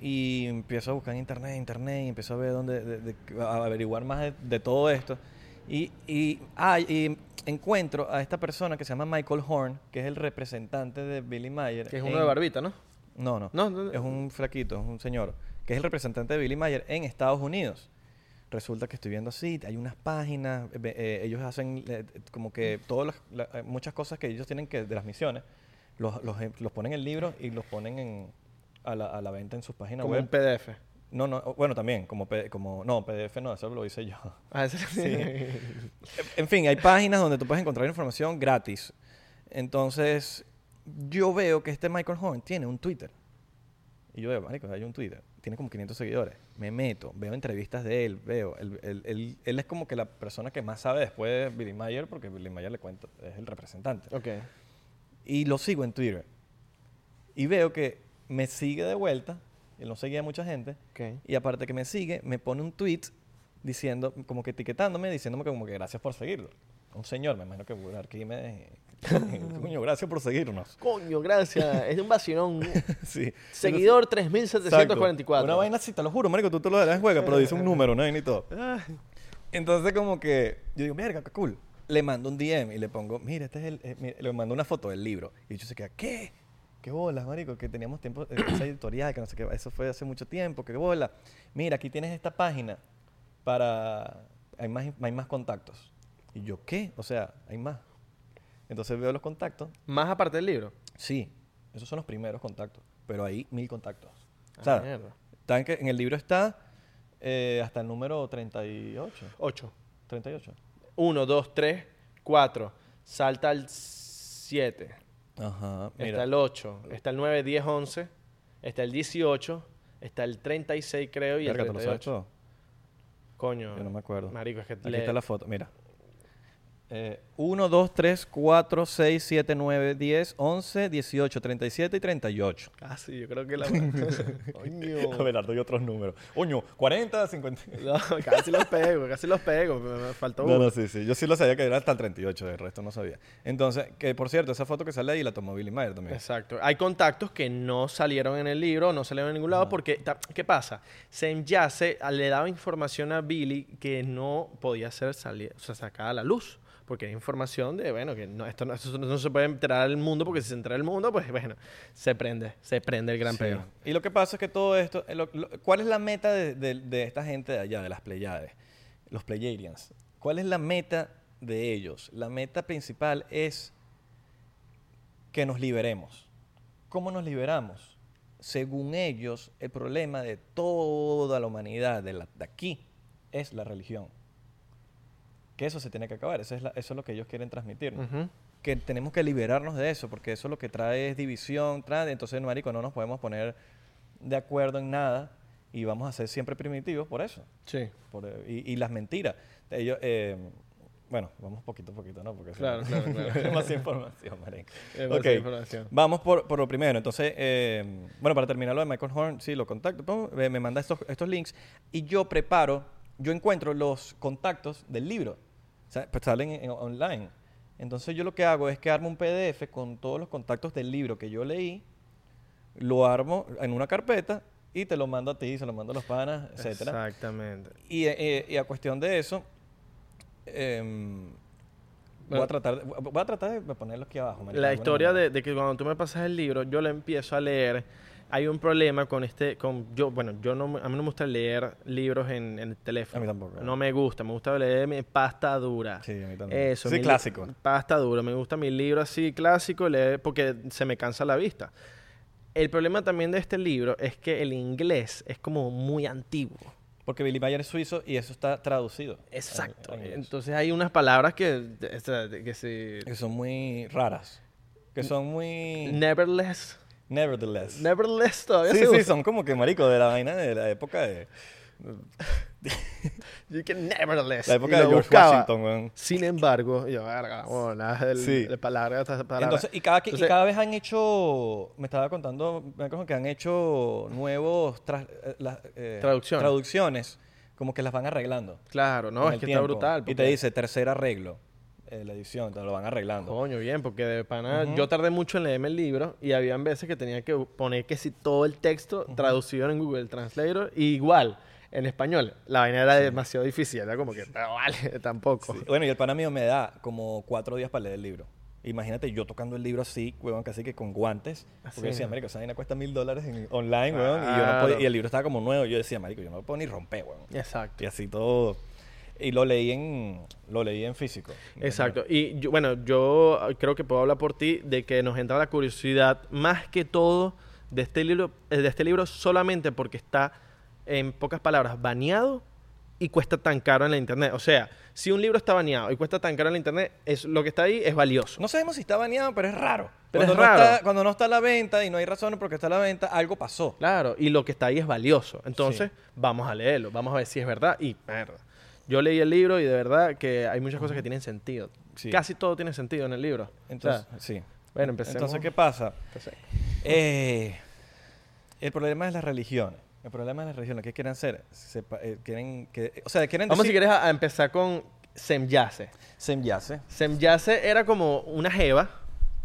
Speaker 1: y empiezo a buscar en internet, internet, y empiezo a ver dónde, de- de- a averiguar más de, de todo esto. Y, y, ah, y encuentro a esta persona que se llama Michael Horn, que es el representante de Billy Mayer.
Speaker 2: Que es uno
Speaker 1: en-
Speaker 2: de barbita, ¿no?
Speaker 1: no, no.
Speaker 2: No, no, no.
Speaker 1: Es un flaquito, es un señor, que es el representante de Billy Mayer en Estados Unidos. Resulta que estoy viendo así, hay unas páginas, eh, ve- eh, ellos hacen eh, como que todas las- la- eh, muchas cosas que ellos tienen que de las misiones, los, los, eh, los ponen en libros y los ponen en, a, la, a la venta en sus páginas
Speaker 2: Como
Speaker 1: web.
Speaker 2: un PDF.
Speaker 1: no, no, oh, bueno, también, como, P- como, no, PDF no, eso lo hice yo.
Speaker 2: Ah, ese-
Speaker 1: En fin, hay páginas donde tú puedes encontrar información gratis. Entonces, yo veo que este Michael Horn tiene un Twitter. Y yo veo, marico, hay un Twitter. Tiene como 500 seguidores. Me meto, veo entrevistas de él, veo. Él, él- él- él es como que la persona que más sabe después de Billy Mayer, porque Billy Mayer le cuenta, es el representante.
Speaker 2: ok.
Speaker 1: Y lo sigo en Twitter. Y veo que me sigue de vuelta. Él no seguía a mucha gente.
Speaker 2: Ok.
Speaker 1: Y aparte que me sigue, me pone un tweet diciendo, como que etiquetándome, diciéndome que como que gracias por seguirlo. Un señor, me imagino que Arquímedes. Coño, gracias por seguirnos.
Speaker 2: Coño, gracias. Es un vacilón.
Speaker 1: Sí.
Speaker 2: Seguidor
Speaker 1: Exacto.
Speaker 2: 3744.
Speaker 1: Una vaina así, te lo juro, marico, tú te lo darás en juega, pero dice un número, una vaina y todo.
Speaker 2: Ah,
Speaker 1: Entonces como que yo digo, mierda, qué cool. Le mando un DM y le pongo, mira, este es el, eh, mira", le mando una foto del libro. Y yo se queda, ¿qué? ¿Qué bolas, marico? Que teníamos tiempo, eh, esa editorial, que no sé qué, eso fue hace mucho tiempo, qué bola. Mira, aquí tienes esta página para, hay más, hay más contactos. Y yo, ¿qué? O sea, hay más. Entonces veo los contactos.
Speaker 2: Más aparte del libro.
Speaker 1: Sí, esos son los primeros contactos, pero hay mil contactos.
Speaker 2: Ah,
Speaker 1: O sea,
Speaker 2: mierda.
Speaker 1: están que- en el libro está eh, hasta el número 38.
Speaker 2: 8.
Speaker 1: 38.
Speaker 2: 1, 2, 3, 4. Salta al 7.
Speaker 1: Ajá.
Speaker 2: Está
Speaker 1: Mira.
Speaker 2: el 8. Está el 9, 10, 11. Está el 18. Está el 36, creo. Y
Speaker 1: Verga,
Speaker 2: el
Speaker 1: ¿te lo sabes
Speaker 2: 38.
Speaker 1: todo?
Speaker 2: Coño.
Speaker 1: Yo no me acuerdo.
Speaker 2: Marico, es que
Speaker 1: Aquí
Speaker 2: le-
Speaker 1: está la foto, mira. Eh, 1, 2, 3, 4, 6, 7, 9, 10, 11, 18, 37 y 38.
Speaker 2: Casi, Ah, yo creo que la... Coño.
Speaker 1: Abelardo y otros números. Oño, 40, 50.
Speaker 2: No, casi los pego, casi los pego. Me, me faltó
Speaker 1: No,
Speaker 2: uno.
Speaker 1: no, sí, sí. Yo sí lo sabía que era hasta el 38, del resto no sabía. Entonces, que por cierto, esa foto que sale ahí la tomó Billy Mayer también.
Speaker 2: Exacto. Hay contactos que no salieron en el libro, no salieron en ningún lado, porque, ta- ¿qué pasa? Sem Yase a- le daba información a Billy que no podía ser sali- o sea, sacada a la luz. Porque es información de, bueno, que no, esto, no, esto no se puede enterar al mundo, porque si se entera al mundo, pues bueno, se prende, se prende el gran
Speaker 1: Sí.
Speaker 2: peo.
Speaker 1: Y lo que pasa es que todo esto. eh, lo- lo- ¿Cuál es la meta de, de- de esta gente de allá, de las Pleiades? Los Pleiadians. ¿Cuál es la meta de ellos? La meta principal es que nos liberemos. ¿Cómo nos liberamos? Según ellos, el problema de toda la humanidad, de, la- de aquí, es la religión. Que eso se tiene que acabar. Eso es, la- eso es lo que ellos quieren transmitirnos
Speaker 2: Ujú.
Speaker 1: que tenemos que liberarnos de eso, porque eso lo que trae es división, trae, entonces, marico, no nos podemos poner de acuerdo en nada y vamos a ser siempre primitivos por eso,
Speaker 2: Sí.
Speaker 1: por, eh, y, y las mentiras. Ellos, eh, bueno, vamos poquito a poquito, ¿no? Porque si no-
Speaker 2: Claro, claro, claro.
Speaker 1: es demasiada información, marico.
Speaker 2: Es demasiada
Speaker 1: Ok,
Speaker 2: información.
Speaker 1: Vamos por, por lo primero. Entonces, eh, bueno, para terminar lo de Michael Horn, sí, lo contacto, pum, eh, me manda estos, estos links y yo preparo, yo encuentro los contactos del libro. O sea, pues salen en- en- online. Entonces, yo lo que hago es que armo un PDF con todos los contactos del libro que yo leí, lo armo en una carpeta y te lo mando a ti, se lo mando a los panas, etcétera.
Speaker 2: Exactamente.
Speaker 1: Y, eh, y a cuestión de eso, em, voy,
Speaker 2: Bueno.
Speaker 1: a tratar de, voy a tratar de ponerlo aquí abajo. marico, de
Speaker 2: La
Speaker 1: alguna
Speaker 2: historia
Speaker 1: manera.
Speaker 2: de, de que cuando tú me pasas el libro, yo lo empiezo a leer. Hay un problema con este, con yo, bueno, yo no, me- a mí no me gusta leer libros en, en el teléfono.
Speaker 1: A mí tampoco.
Speaker 2: No me gusta, me gusta leer mi pasta dura.
Speaker 1: Sí, a mí también.
Speaker 2: Eso.
Speaker 1: Sí,
Speaker 2: mi li-
Speaker 1: clásico.
Speaker 2: Pasta dura, me gusta mi libro así clásico, leer porque se me cansa la vista. El problema también de este libro es que el inglés es como muy antiguo.
Speaker 1: Porque Billy Mayer es suizo y eso está traducido. al-
Speaker 2: Exacto.
Speaker 1: al inglés.
Speaker 2: Entonces hay unas palabras que, o sea, que si...
Speaker 1: que son muy raras. Que son muy...
Speaker 2: Nevertheless.
Speaker 1: nevertheless.
Speaker 2: Nevertheless todavía
Speaker 1: sí,
Speaker 2: se usa.
Speaker 1: sí, son como que marico de la vaina de la época de...
Speaker 2: You can nevertheless.
Speaker 1: La época
Speaker 2: Y
Speaker 1: de
Speaker 2: lo
Speaker 1: George
Speaker 2: buscaba.
Speaker 1: Washington, weón.
Speaker 2: Sin embargo, yo, verga, bueno, la, el-
Speaker 1: Sí.
Speaker 2: la palabra, esta palabra.
Speaker 1: Entonces, y cada, que- y
Speaker 2: Entonces,
Speaker 1: cada vez han hecho, me estaba contando, me acuerdo que han hecho nuevos tras- eh, las, eh,
Speaker 2: Traducciones.
Speaker 1: traducciones, como que las van arreglando.
Speaker 2: Claro, no,
Speaker 1: con
Speaker 2: es
Speaker 1: el
Speaker 2: que
Speaker 1: tiempo.
Speaker 2: está brutal.
Speaker 1: Y
Speaker 2: porque-
Speaker 1: te dice tercer arreglo, eh, la edición, te lo van arreglando.
Speaker 2: Coño, bien, porque de pana yo tardé mucho en leerme el libro y habían veces que tenía que poner que si todo el texto traducido en Google Translator y igual en español. La vaina era demasiado difícil, era como que, pero vale, tampoco.
Speaker 1: Sí. Bueno, y el pana mío me da como cuatro días para leer el libro. Imagínate yo tocando el libro así, huevón, casi que con guantes.
Speaker 2: Así,
Speaker 1: Porque yo decía,
Speaker 2: ¿no?
Speaker 1: marico, esa vaina cuesta mil dólares en- online, huevón. Y, yo no podía-
Speaker 2: Claro.
Speaker 1: y el libro estaba como nuevo. Yo decía, marico, yo no lo puedo ni romper, huevón.
Speaker 2: Exacto.
Speaker 1: Y así todo. Y lo leí en, lo leí en físico.
Speaker 2: Exacto. Y yo- bueno, yo ah, creo que puedo hablar por ti de que nos entra la curiosidad más que todo de este libro, eh, de este libro solamente porque está, en pocas palabras, baneado y cuesta tan caro en la internet. O sea, si un libro está baneado y cuesta tan caro en la internet, es lo que está ahí es valioso.
Speaker 1: No sabemos si está baneado, pero es raro.
Speaker 2: Pero
Speaker 1: cuando
Speaker 2: es
Speaker 1: No
Speaker 2: raro.
Speaker 1: está, cuando no está a la venta y no hay razón porque está a la venta, algo pasó.
Speaker 2: Claro, y lo que está ahí es valioso. Entonces, vamos a leerlo, vamos a ver si es verdad y mierda. Yo leí el libro y de verdad que hay muchas cosas que tienen sentido.
Speaker 1: Sí.
Speaker 2: Casi todo tiene sentido en el libro.
Speaker 1: Entonces,
Speaker 2: O sea,
Speaker 1: sí.
Speaker 2: bueno, empecemos.
Speaker 1: Entonces, ¿qué pasa?
Speaker 2: entonces-
Speaker 1: Eh, el problema es las religiones. El problema es las religiones. ¿Qué quieren hacer? Sepa- eh, quieren que, o sea, quieren
Speaker 2: Vamos, si
Speaker 1: decir...
Speaker 2: quieres, a, a empezar con Semyase.
Speaker 1: Semyase.
Speaker 2: Semyase era como una jeva.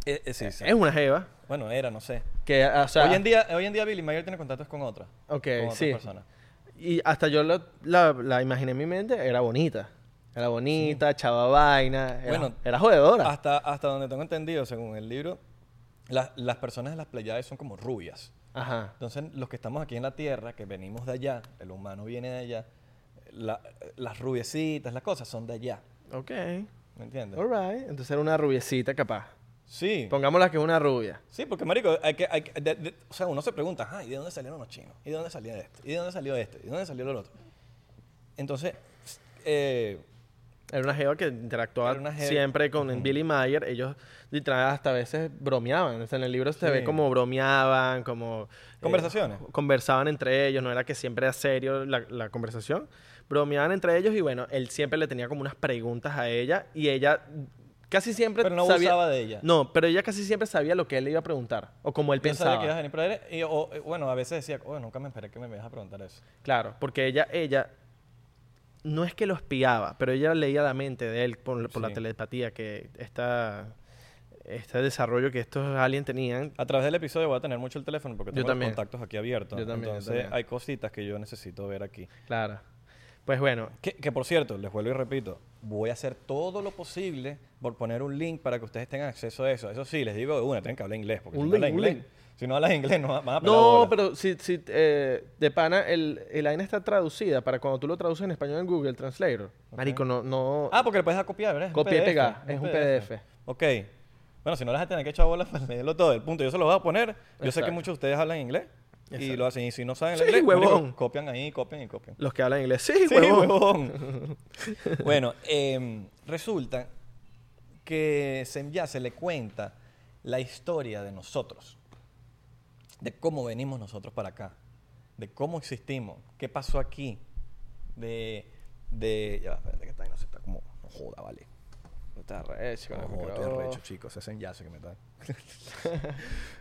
Speaker 1: Eh, eh, sí, sí.
Speaker 2: Es una jeva.
Speaker 1: Bueno, era, no sé.
Speaker 2: Que, o sea,
Speaker 1: Hoy en día, hoy en día Billy Mayer tiene contactos con otra.
Speaker 2: Ok,
Speaker 1: con otras
Speaker 2: sí.
Speaker 1: personas.
Speaker 2: Y hasta yo la, la- la imaginé en mi mente, era bonita. Era bonita, chava vaina. Era,
Speaker 1: Bueno,
Speaker 2: era jodedora.
Speaker 1: Hasta, hasta donde tengo entendido, según el libro, las- las personas de las playas son como rubias.
Speaker 2: Ajá.
Speaker 1: Entonces, los que estamos aquí en la Tierra, que venimos de allá, el humano viene de allá, la- las rubiecitas, las cosas son de allá.
Speaker 2: Ok.
Speaker 1: ¿Me entiendes?
Speaker 2: Alright. Entonces era una rubiecita capaz.
Speaker 1: Sí.
Speaker 2: Pongámosla que es una rubia.
Speaker 1: Sí, porque marico, hay que, hay que- de- de- o sea, uno se pregunta, "Ajá, ¿y de dónde salieron los chinos? ¿Y de dónde salió esto? ¿Y de dónde salió esto? ¿Y de dónde salió lo otro? Entonces, eh,
Speaker 2: Era una jeva que interactuaba
Speaker 1: Era una jeva.
Speaker 2: siempre con Billy Mayer. Ellos literal, hasta a veces bromeaban. O sea, en el libro se
Speaker 1: Sí.
Speaker 2: ve como bromeaban, como... eh,
Speaker 1: Conversaciones.
Speaker 2: conversaban entre ellos. No era que siempre era serio la, la conversación. Bromeaban entre ellos y bueno, él siempre le tenía como unas preguntas a ella y ella casi siempre
Speaker 1: Pero no
Speaker 2: sabía...
Speaker 1: abusaba de ella.
Speaker 2: No, pero ella casi siempre sabía lo que él le iba a preguntar o como él
Speaker 1: Yo sabía
Speaker 2: pensaba.
Speaker 1: que ibas a venir para él y, o, eh, bueno, a veces decía, oh, nunca me esperé que me vayas a preguntar eso.
Speaker 2: Claro, porque ella, ella no es que lo espiaba, pero ella leía la mente de él por, por la
Speaker 1: Sí.
Speaker 2: telepatía que esta, este desarrollo que estos aliens tenían.
Speaker 1: A través del episodio voy a tener mucho el teléfono porque
Speaker 2: Yo
Speaker 1: tengo
Speaker 2: también.
Speaker 1: los contactos aquí abiertos.
Speaker 2: Yo también, yo
Speaker 1: Entonces
Speaker 2: también.
Speaker 1: hay cositas que yo necesito ver aquí.
Speaker 2: Claro. Pues bueno,
Speaker 1: Que, que, por cierto, les vuelvo y repito, voy a hacer todo lo posible por poner un link para que ustedes tengan acceso a eso. Eso sí, les digo de una, tienen que hablar inglés, porque
Speaker 2: Un
Speaker 1: si no hablas
Speaker 2: link, un
Speaker 1: inglés,
Speaker 2: link.
Speaker 1: si no hablas inglés no va- van a pelar
Speaker 2: No,
Speaker 1: bola.
Speaker 2: pero si, si eh, de pana el, el AINA está traducida para cuando tú lo traduces en español en Google Translator. Marico, no, no.
Speaker 1: Ah, porque le puedes dar copiar, ¿verdad? Es un
Speaker 2: Copia y
Speaker 1: PDF,
Speaker 2: pegar, es un PDF.
Speaker 1: Ok. Bueno, si no las tener que echar bolas para leerlo todo, el punto. Yo se los voy a poner. Yo sé que
Speaker 2: Exacto.
Speaker 1: muchos de ustedes hablan inglés y lo hacen. Y si no saben
Speaker 2: Sí,
Speaker 1: inglés,
Speaker 2: huevón.
Speaker 1: marico, copian ahí, copian y copian.
Speaker 2: Los que hablan inglés. Sí,
Speaker 1: Sí,
Speaker 2: huevón.
Speaker 1: huevón. bueno, em, resulta que Semya se le cuenta la historia de nosotros, de cómo venimos nosotros para acá, de cómo existimos, qué pasó aquí, de... de ya, va, espérate que está ahí, no se está como... No joda, vale.
Speaker 2: Está recho con el
Speaker 1: No joda, estoy
Speaker 2: micrófono.
Speaker 1: arrecho, chicos. Ese enlace que me está...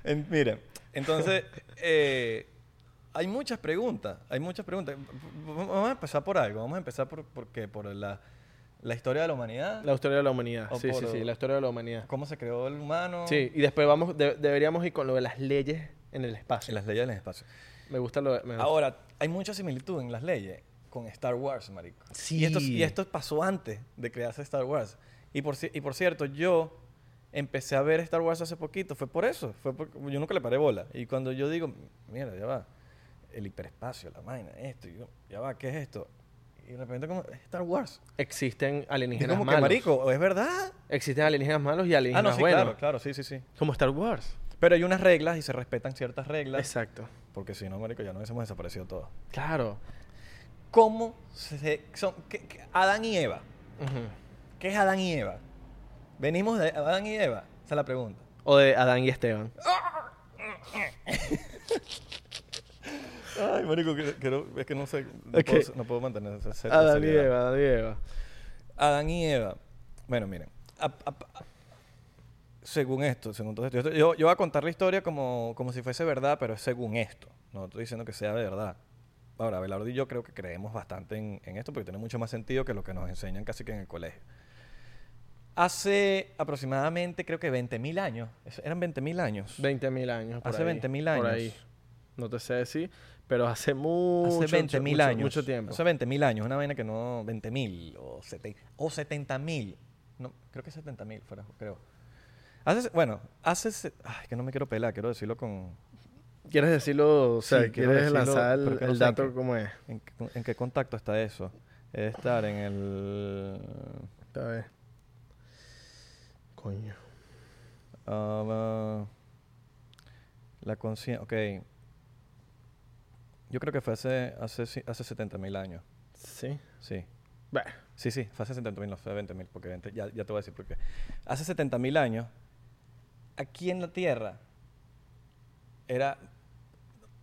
Speaker 1: En- mira, entonces... eh, hay muchas preguntas, hay muchas preguntas. V- v- Vamos a empezar por algo, vamos a empezar por, por qué, por la, la historia de la humanidad,
Speaker 2: La historia de la humanidad.
Speaker 1: O
Speaker 2: Sí, sí,
Speaker 1: Oh, por-
Speaker 2: sí, la historia de la humanidad.
Speaker 1: cómo se creó el humano,
Speaker 2: Sí, y después vamos, de- deberíamos ir con lo de las leyes en el espacio.
Speaker 1: y las leyes del espacio.
Speaker 2: Me gusta lo de. me gusta.
Speaker 1: Ahora, hay mucha similitud en las leyes con Star Wars, marico.
Speaker 2: Sí.
Speaker 1: Y esto, y esto pasó antes de crearse Star Wars. Y por, ci- y por cierto, yo empecé a ver Star Wars hace poquito. Fue por eso. Fue por- yo nunca le paré bola. Y cuando yo digo, mira, ya va, el hiperespacio, la vaina, esto, y yo, ya va, ¿qué es esto? Y de repente como, es Star Wars.
Speaker 2: Existen
Speaker 1: Y
Speaker 2: alienígenas
Speaker 1: como que,
Speaker 2: malos.
Speaker 1: marico, ¿es verdad?
Speaker 2: Existen alienígenas malos y
Speaker 1: Ah,
Speaker 2: alienígenas
Speaker 1: no, sí,
Speaker 2: buenos.
Speaker 1: claro, claro, sí, sí, sí.
Speaker 2: Como Star Wars.
Speaker 1: Pero hay unas reglas y se respetan ciertas reglas.
Speaker 2: Exacto.
Speaker 1: Porque si no, marico, ya no hubiésemos desaparecido todos.
Speaker 2: Claro.
Speaker 1: ¿Cómo se... son qué- qué- Adán y Eva.
Speaker 2: Ujú.
Speaker 1: ¿Qué es Adán y Eva? ¿Venimos de Adán y Eva? Esa es la pregunta.
Speaker 2: O de Adán y Esteban.
Speaker 1: Ay, marico, que- que- es que no sé. No,
Speaker 2: Ok.
Speaker 1: puedo, no puedo mantener esa- esa
Speaker 2: Adán y
Speaker 1: seriedad.
Speaker 2: Eva, Adán y Eva.
Speaker 1: Adán y Eva. Bueno, miren. ap- ap- ap- según esto, según todo esto. Yo, yo- yo voy a contar la historia como, como si fuese verdad, pero es según esto. No estoy diciendo que sea de verdad. Ahora, Abelardo y yo creo que creemos bastante en, en esto porque tiene mucho más sentido que lo que nos enseñan casi que en el colegio. Hace aproximadamente, creo que 20.000 años. es- Eran 20.000 años.
Speaker 2: 20.000 años. por
Speaker 1: Hace
Speaker 2: ahí,
Speaker 1: 20.000
Speaker 2: por
Speaker 1: años.
Speaker 2: ahí. No te sé decir, pero hace mucho.
Speaker 1: Hace
Speaker 2: mucho,
Speaker 1: 20.000
Speaker 2: mucho-
Speaker 1: años.
Speaker 2: Mucho tiempo.
Speaker 1: Hace 20.000 años, una vaina que no... 20.000 o, sete- o 70.000. No, creo que 70.000 fuera, creo. Hace, bueno, hace... se- Ay, que no me quiero pelar, quiero decirlo con...
Speaker 2: ¿Quieres decirlo? O sea,
Speaker 1: Sí, quiero
Speaker 2: ¿quieres
Speaker 1: decirlo,
Speaker 2: lanzar
Speaker 1: pero
Speaker 2: el,
Speaker 1: que no
Speaker 2: el
Speaker 1: sé en
Speaker 2: dato
Speaker 1: qué-
Speaker 2: como es?
Speaker 1: ¿En, qué- en qué contacto está eso? Debe estar en el...
Speaker 2: A ver. Coño.
Speaker 1: ah, la conciencia... Ok. Yo creo que fue hace, hace, ci- hace 70.000 años.
Speaker 2: Sí.
Speaker 1: Sí.
Speaker 2: Bueno.
Speaker 1: Sí, sí, fue hace 70.000, no fue 20.000, porque 20 ya, ya te voy a decir por qué. Hace 70.000 años, aquí en la Tierra, era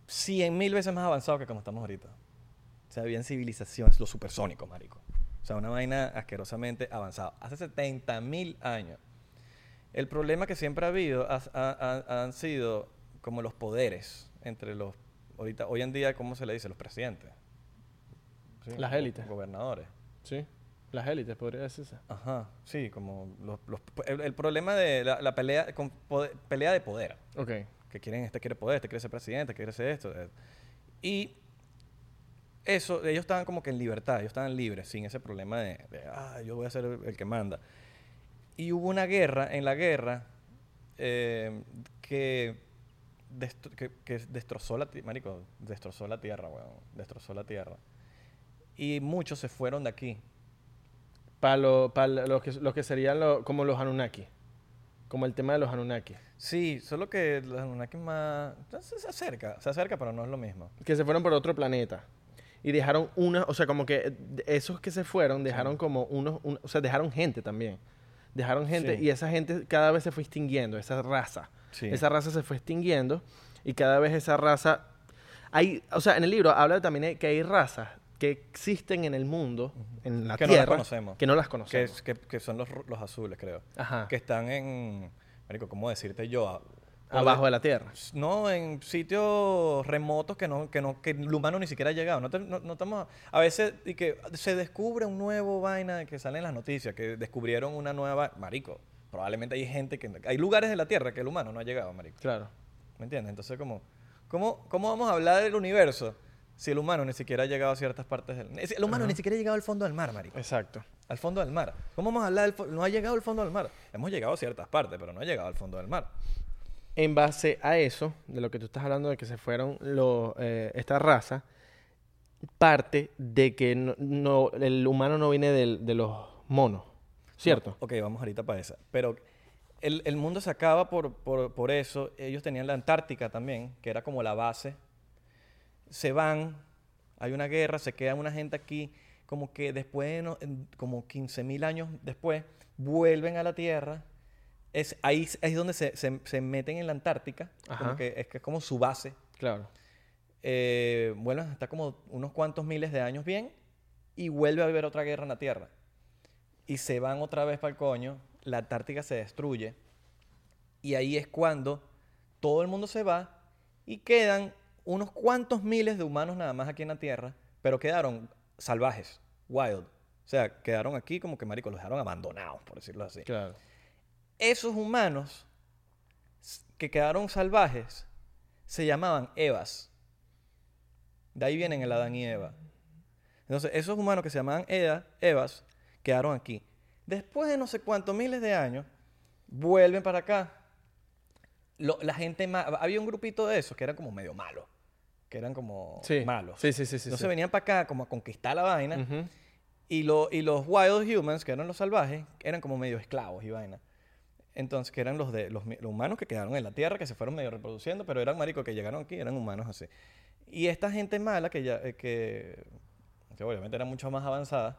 Speaker 1: 100.000 veces más avanzado que como estamos ahorita. O sea, habían civilizaciones, los supersónicos, marico. O sea, una vaina asquerosamente avanzada. Hace 70.000 años. El problema que siempre ha habido has- ha- ha- han sido como los poderes entre los... Ahorita, hoy en día, ¿cómo se le dice? Los presidentes. Sí,
Speaker 2: Las
Speaker 1: go-
Speaker 2: élites.
Speaker 1: Gobernadores.
Speaker 2: Sí. Las élites, podría decirse.
Speaker 1: Ajá, sí, como los, los- el, el problema de la, la pelea, con poder- pelea de poder,
Speaker 2: Ok.
Speaker 1: que quieren, este quiere poder, este quiere ser presidente, quiere ser esto. eh. Y eso, ellos estaban como que en libertad, ellos estaban libres, sin ese problema de, de, ah, yo voy a ser el, el que manda. Y hubo una guerra, en la guerra, eh, que, destro- que, que destrozó la tierra, marico, destrozó la tierra, weón, destrozó la tierra. Y muchos se fueron de aquí,
Speaker 2: Para lo, pa' lo- los que, los que serían lo- como los Anunnaki. Como el tema de los Anunnaki.
Speaker 1: Sí, solo que los Anunnakis más... Se, se acerca, se acerca, pero no es lo mismo.
Speaker 2: Que se fueron por otro planeta. Y dejaron unas, o sea, como que eh, esos que se fueron dejaron como unos, un- o sea, dejaron gente también. Dejaron gente
Speaker 1: Sí.
Speaker 2: y esa gente cada vez se fue extinguiendo, esa raza.
Speaker 1: Sí.
Speaker 2: Esa raza se fue extinguiendo y cada vez esa raza... Hay, o sea, en el libro habla también de que hay razas que existen en el mundo, en la
Speaker 1: Que no las
Speaker 2: Tierra,
Speaker 1: conocemos.
Speaker 2: que no Ah. las
Speaker 1: Que,
Speaker 2: conocemos.
Speaker 1: es- que- que son los, ru- los azules, creo.
Speaker 2: Ajá.
Speaker 1: Que están en. Marico, ¿cómo decirte yo? A- por
Speaker 2: abajo de la Tierra.
Speaker 1: de- No, en sitios remotos que no, que no, que el humano ni siquiera ha llegado. No, te- no- no estamos. A veces, y que se descubre un nuevo vaina que sale en las noticias, que descubrieron una nueva. Marico, probablemente hay gente que. Hay lugares de la Tierra que el humano no ha llegado, Marico.
Speaker 2: Claro.
Speaker 1: ¿Me entiendes? Entonces, como, ¿cómo, ¿cómo vamos a hablar del universo si el humano ni siquiera ha llegado a ciertas partes del... es- El humano ni siquiera ha llegado al fondo del mar, marico.
Speaker 2: Exacto.
Speaker 1: Al fondo del mar. ¿Cómo vamos a hablar del... fo- No ha llegado al fondo del mar. Hemos llegado a ciertas partes, pero no ha llegado al fondo del mar.
Speaker 2: En base a eso, de lo que tú estás hablando, de que se fueron los, eh, esta raza, parte de que no, no- el humano no viene del- de los monos, ¿cierto?
Speaker 1: Ok, vamos ahorita para esa. Pero el, el mundo se acaba por, por, por eso. Ellos tenían la Antártica también, que era como la base. Se van, hay una guerra, se queda una gente aquí, como que después, de no- en- como 15.000 años después, vuelven a la Tierra. Es, ahí es- es donde se, se- se meten en la Antártica,
Speaker 2: Ajá.
Speaker 1: como que es, que es como su base.
Speaker 2: Claro.
Speaker 1: Eh, vuelven hasta como unos cuantos miles de años bien y vuelve a haber otra guerra en la Tierra. Y se van otra vez para el coño, la Antártica se destruye y ahí es cuando todo el mundo se va y quedan unos cuantos miles de humanos nada más aquí en la Tierra, pero quedaron salvajes, wild. O sea, quedaron aquí como que marico, los dejaron abandonados, por decirlo así
Speaker 2: Claro.
Speaker 1: esos humanos s- que quedaron salvajes se llamaban Evas. De ahí vienen el Adán y Eva. Entonces, esos humanos que se llamaban Eda- Evas quedaron aquí. Después de no sé cuántos miles de años, vuelven para acá. Lo- la gente ma- Había un grupito de esos que eran como medio malos. Que eran como
Speaker 2: Sí.
Speaker 1: malos.
Speaker 2: Sí, sí, sí, sí,
Speaker 1: Entonces
Speaker 2: sí.
Speaker 1: venían para acá como a conquistar la vaina.
Speaker 2: Ujú.
Speaker 1: Y, lo- y los wild humans, que eran los salvajes, eran como medio esclavos y vaina. Entonces, que eran los, de, los, mi- los humanos que quedaron en la tierra, que se fueron medio reproduciendo, pero eran maricos que llegaron aquí, eran humanos así. Y esta gente mala, que, ya, eh, que, que obviamente era mucho más avanzada,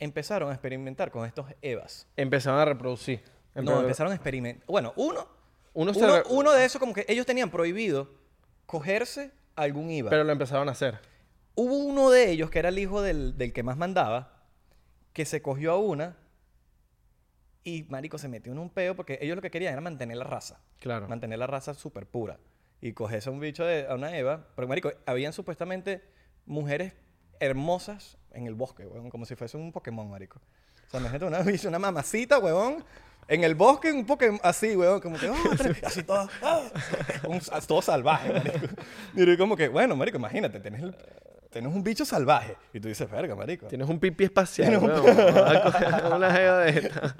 Speaker 1: empezaron a experimentar con estos Evas.
Speaker 2: Empezaron a reproducir.
Speaker 1: No, empezaron a experimentar. Bueno, uno,
Speaker 2: Uno
Speaker 1: uno,
Speaker 2: se re-
Speaker 1: uno de esos, como que ellos tenían prohibido cogerse a algún Eva.
Speaker 2: Pero lo empezaron a hacer.
Speaker 1: Hubo uno de ellos, que era el hijo del, del que más mandaba, que se cogió a una y, marico, se metió en un peo porque ellos lo que querían era mantener la raza.
Speaker 2: Claro.
Speaker 1: Mantener la raza súper pura. Y cogerse a un bicho, de, a una Eva. Pero, marico, habían supuestamente mujeres hermosas en el bosque, weón. Como si fuese un Pokémon, marico. O sea, imagínate una bicha, una mamacita, weón. En el bosque, un Pokémon así, weón. Como que, ah, tra- así todo. ah, un- todo salvaje, marico. Y yo como que, bueno, marico, imagínate. Tienes, el- tienes un bicho salvaje. Y tú dices, verga, marico.
Speaker 2: Tienes un pipi espacial. weón. Vas a coger una jeva de esta.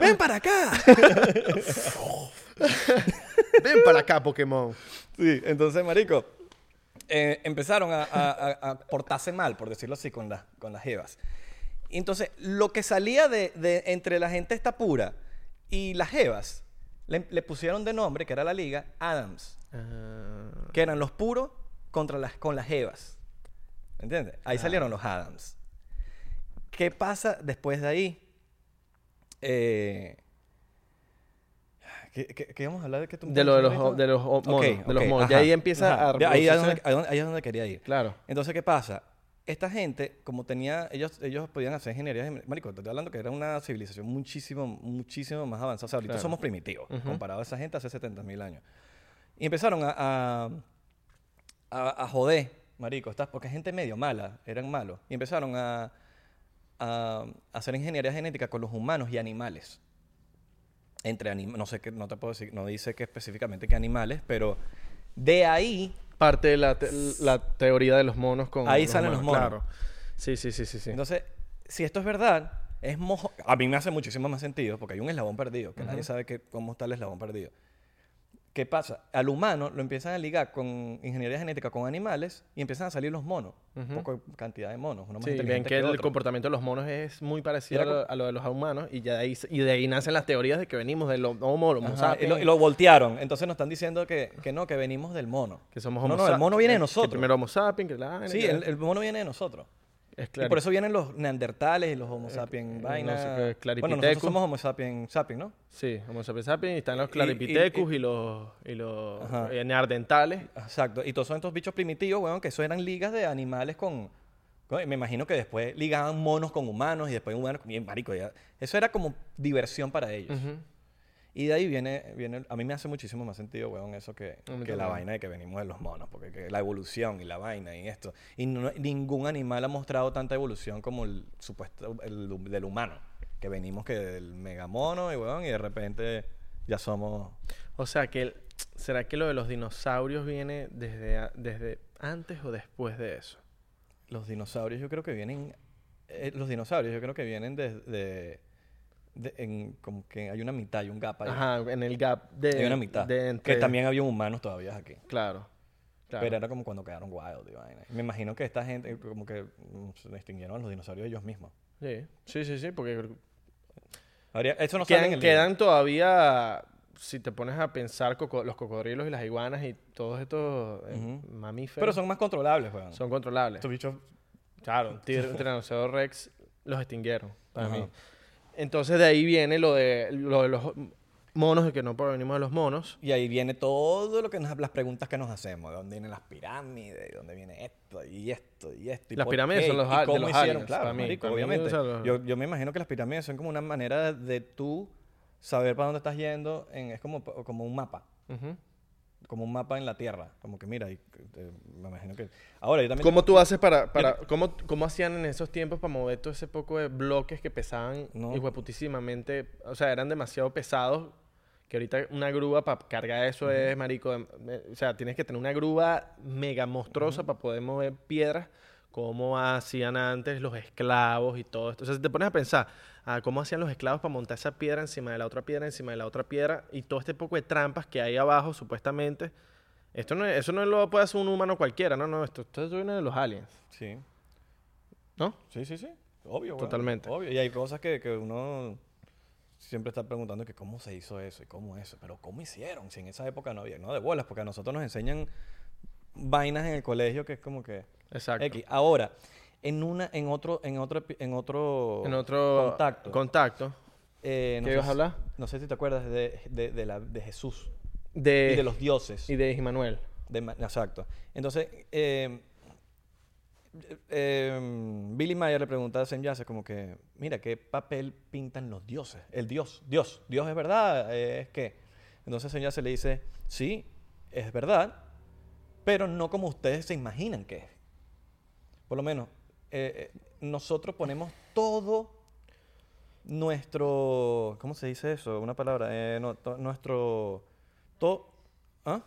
Speaker 1: ¡Ven para acá!
Speaker 2: Ven para acá, Pokémon.
Speaker 1: Sí, entonces, marico, eh, empezaron a, a- a- a portarse mal, por decirlo así, con, las con las jevas. Y Entonces, lo que salía de, de entre la gente esta pura y las jevas, le, le pusieron de nombre, que era la liga, Adams,
Speaker 2: Ah,
Speaker 1: que eran los puros contra las, con las jevas. ¿Entiendes?
Speaker 2: Ah.
Speaker 1: Ahí salieron los Adams. ¿Qué pasa después de ahí? Eh, ¿qué, qué, qué vamos a hablar de que tú
Speaker 2: de lo de
Speaker 1: ahorita?
Speaker 2: los, de los monos.
Speaker 1: Ok,
Speaker 2: de los
Speaker 1: ok,
Speaker 2: monos. Y
Speaker 1: ajá,
Speaker 2: ahí empieza
Speaker 1: ajá.
Speaker 2: a
Speaker 1: De Ahí
Speaker 2: reproducirse.
Speaker 1: es, donde, ahí es donde- ahí es donde quería ir.
Speaker 2: Claro.
Speaker 1: Entonces, ¿qué pasa? Esta gente, como tenía, ellos, ellos podían hacer ingeniería. Marico, te estoy hablando que era una civilización muchísimo, muchísimo más avanzada. O sea, ahorita
Speaker 2: Claro.
Speaker 1: somos primitivos
Speaker 2: Ujú.
Speaker 1: comparado a esa gente hace 70 mil años. Y empezaron a, a, a- a joder, marico, estas, porque gente medio mala, eran malos. Y empezaron a, a hacer ingeniería genética con los humanos y animales. Entre animales, no sé qué, no te puedo decir, no dice que específicamente qué animales, pero de ahí
Speaker 2: parte de la, te- la teoría de los monos con
Speaker 1: Ahí salen los monos.
Speaker 2: Claro. Sí, sí, sí, sí, sí.
Speaker 1: Entonces, si esto es verdad, es mojo... A mí me hace muchísimo más sentido porque hay un eslabón perdido, que nadie sabe que, cómo está el eslabón perdido. ¿Qué pasa? Al humano lo empiezan a ligar con ingeniería genética, con animales, y empiezan a salir los monos.
Speaker 2: Ujú.
Speaker 1: poco cantidad de monos. Uno más
Speaker 2: Sí, ven
Speaker 1: inteligente
Speaker 2: que, el
Speaker 1: otro.
Speaker 2: comportamiento de los monos es muy parecido a
Speaker 1: Era
Speaker 2: lo, a lo de los humanos y, ya de ahí, se- y de ahí nacen las teorías de que venimos de los homo, los homo
Speaker 1: Ajá, y, lo,
Speaker 2: sapiens,
Speaker 1: y lo voltearon. Entonces nos están diciendo que, que no, que venimos del mono.
Speaker 2: que somos
Speaker 1: No,
Speaker 2: homo
Speaker 1: no, el
Speaker 2: sap-
Speaker 1: mono viene de
Speaker 2: que- que
Speaker 1: nosotros.
Speaker 2: Primero homo sapiens, que la vaina,
Speaker 1: Sí,
Speaker 2: que-
Speaker 1: el, el mono viene de nosotros.
Speaker 2: es
Speaker 1: Y por eso vienen los neandertales y los homo sapiens
Speaker 2: eh,
Speaker 1: vainas.
Speaker 2: no sé qué,
Speaker 1: bueno, nosotros
Speaker 2: Claripithecus.
Speaker 1: somos homo sapiens sapiens, ¿no?
Speaker 2: Sí, homo sapiens sapiens, y están los
Speaker 1: Y- y-
Speaker 2: claripithecus y, los, y los
Speaker 1: Ajá.
Speaker 2: eh, neandertales.
Speaker 1: Exacto. Y todos son estos bichos primitivos, weón, que eso eran ligas de animales con... con- Me imagino que después ligaban monos con humanos y después humanos con... Bien, marico, ya. Eso era como diversión para ellos.
Speaker 2: Ujú.
Speaker 1: Y de ahí viene, viene... A mí me hace muchísimo más sentido, weón, eso que,
Speaker 2: A mí
Speaker 1: que la
Speaker 2: también.
Speaker 1: vaina de que venimos de los monos. Porque que la evolución y la vaina y esto. Y no- ningún animal ha mostrado tanta evolución como el supuesto... El, hum- del humano. Que venimos que del megamono y, weón, y de repente ya somos...
Speaker 2: O sea, que el- ¿será que lo de los dinosaurios viene desde, a- desde antes o después de eso?
Speaker 1: Los dinosaurios yo creo que vienen... eh, los dinosaurios yo creo que vienen desde... De, de- en, como que hay una mitad, hay un gap ahí.
Speaker 2: Ajá, en el gap de...
Speaker 1: hay una mitad.
Speaker 2: de entre-
Speaker 1: Que también había humanos todavía aquí.
Speaker 2: Claro, claro.
Speaker 1: Pero era como cuando quedaron wild y vaina. Me imagino que esta gente como que mm, se extinguieron a los dinosaurios ellos mismos.
Speaker 2: Sí, sí, sí, sí, porque
Speaker 1: Habría- eso no sale en
Speaker 2: quedan,
Speaker 1: el libro.
Speaker 2: quedan todavía, si te pones a pensar, coco- los cocodrilos y las iguanas y todos estos eh,
Speaker 1: Ujú.
Speaker 2: mamíferos
Speaker 1: Pero son más controlables, weón.
Speaker 2: son controlables.
Speaker 1: Estos bichos...
Speaker 2: Claro, un tir- un tiranosaurio rex los extinguieron para
Speaker 1: Ajá.
Speaker 2: mí. Entonces de ahí viene lo de, lo de los monos, de que no provenimos de los monos.
Speaker 1: Y ahí viene todo lo que nos... Las preguntas que nos hacemos. ¿De dónde vienen las pirámides? ¿De dónde viene esto? Y esto, y esto. ¿Y
Speaker 2: Las
Speaker 1: por
Speaker 2: pirámides
Speaker 1: qué?
Speaker 2: son los
Speaker 1: ¿Y
Speaker 2: al- de
Speaker 1: cómo
Speaker 2: los
Speaker 1: hicieron?
Speaker 2: aliens,
Speaker 1: Claro,
Speaker 2: para mí,
Speaker 1: marico,
Speaker 2: para mí,
Speaker 1: obviamente.
Speaker 2: o sea, los-
Speaker 1: yo, yo me imagino que las pirámides son como una manera de tú saber para dónde estás yendo. en- es como, como un mapa.
Speaker 2: Ujú.
Speaker 1: Como un mapa en la Tierra. Como que mira, y, eh, me imagino que... Ahora, yo también...
Speaker 2: ¿Cómo tú haces para... para cómo, cómo hacían en esos tiempos para mover todo ese poco de bloques que pesaban
Speaker 1: No.
Speaker 2: hijueputísimamente? O sea, eran demasiado pesados. Que ahorita una grúa para cargar eso es, marico... em- eh, O sea, tienes que tener una grúa mega monstruosa para poder mover piedras. Como hacían antes los esclavos y todo esto. O sea, si te pones a pensar, ah, ¿cómo hacían los esclavos para montar esa piedra encima de la otra piedra, encima de la otra piedra? Y todo este poco de trampas que hay abajo, supuestamente. Esto no es- eso no lo puede hacer un humano cualquiera, no, no, esto, esto viene de los aliens,
Speaker 1: Sí.
Speaker 2: ¿no?
Speaker 1: Sí, sí, sí. Obvio, weón.
Speaker 2: Totalmente.
Speaker 1: Obvio. Y hay cosas que, que uno siempre está preguntando que cómo se hizo eso y cómo eso. Pero ¿cómo hicieron? Si en esa época no había. No, de bolas, porque a nosotros nos enseñan vainas en el colegio que es como que...
Speaker 2: Exacto.
Speaker 1: X. Ahora, en una, en otro, en otro, epi- en otro...
Speaker 2: En otro
Speaker 1: Contacto.
Speaker 2: contacto
Speaker 1: eh, no
Speaker 2: ¿Qué
Speaker 1: sé
Speaker 2: ibas a
Speaker 1: si-
Speaker 2: hablar?
Speaker 1: No sé si te acuerdas de, de, de la, de Jesús
Speaker 2: de,
Speaker 1: y de los dioses.
Speaker 2: Eh, y de Immanuel.
Speaker 1: De ma- exacto. Entonces, eh, eh, Billy Mayer le preguntaba a Sam Yasser como que, mira, ¿qué papel pintan los dioses? El dios, Dios, Dios es verdad, eh, es que... Entonces Sam Yasser le dice, sí, es verdad, pero no como ustedes se imaginan que es. Por lo menos, eh, eh, nosotros ponemos todo nuestro... ¿Cómo se dice eso? Una palabra. eh, no, to- nuestro... To, ¿Ah?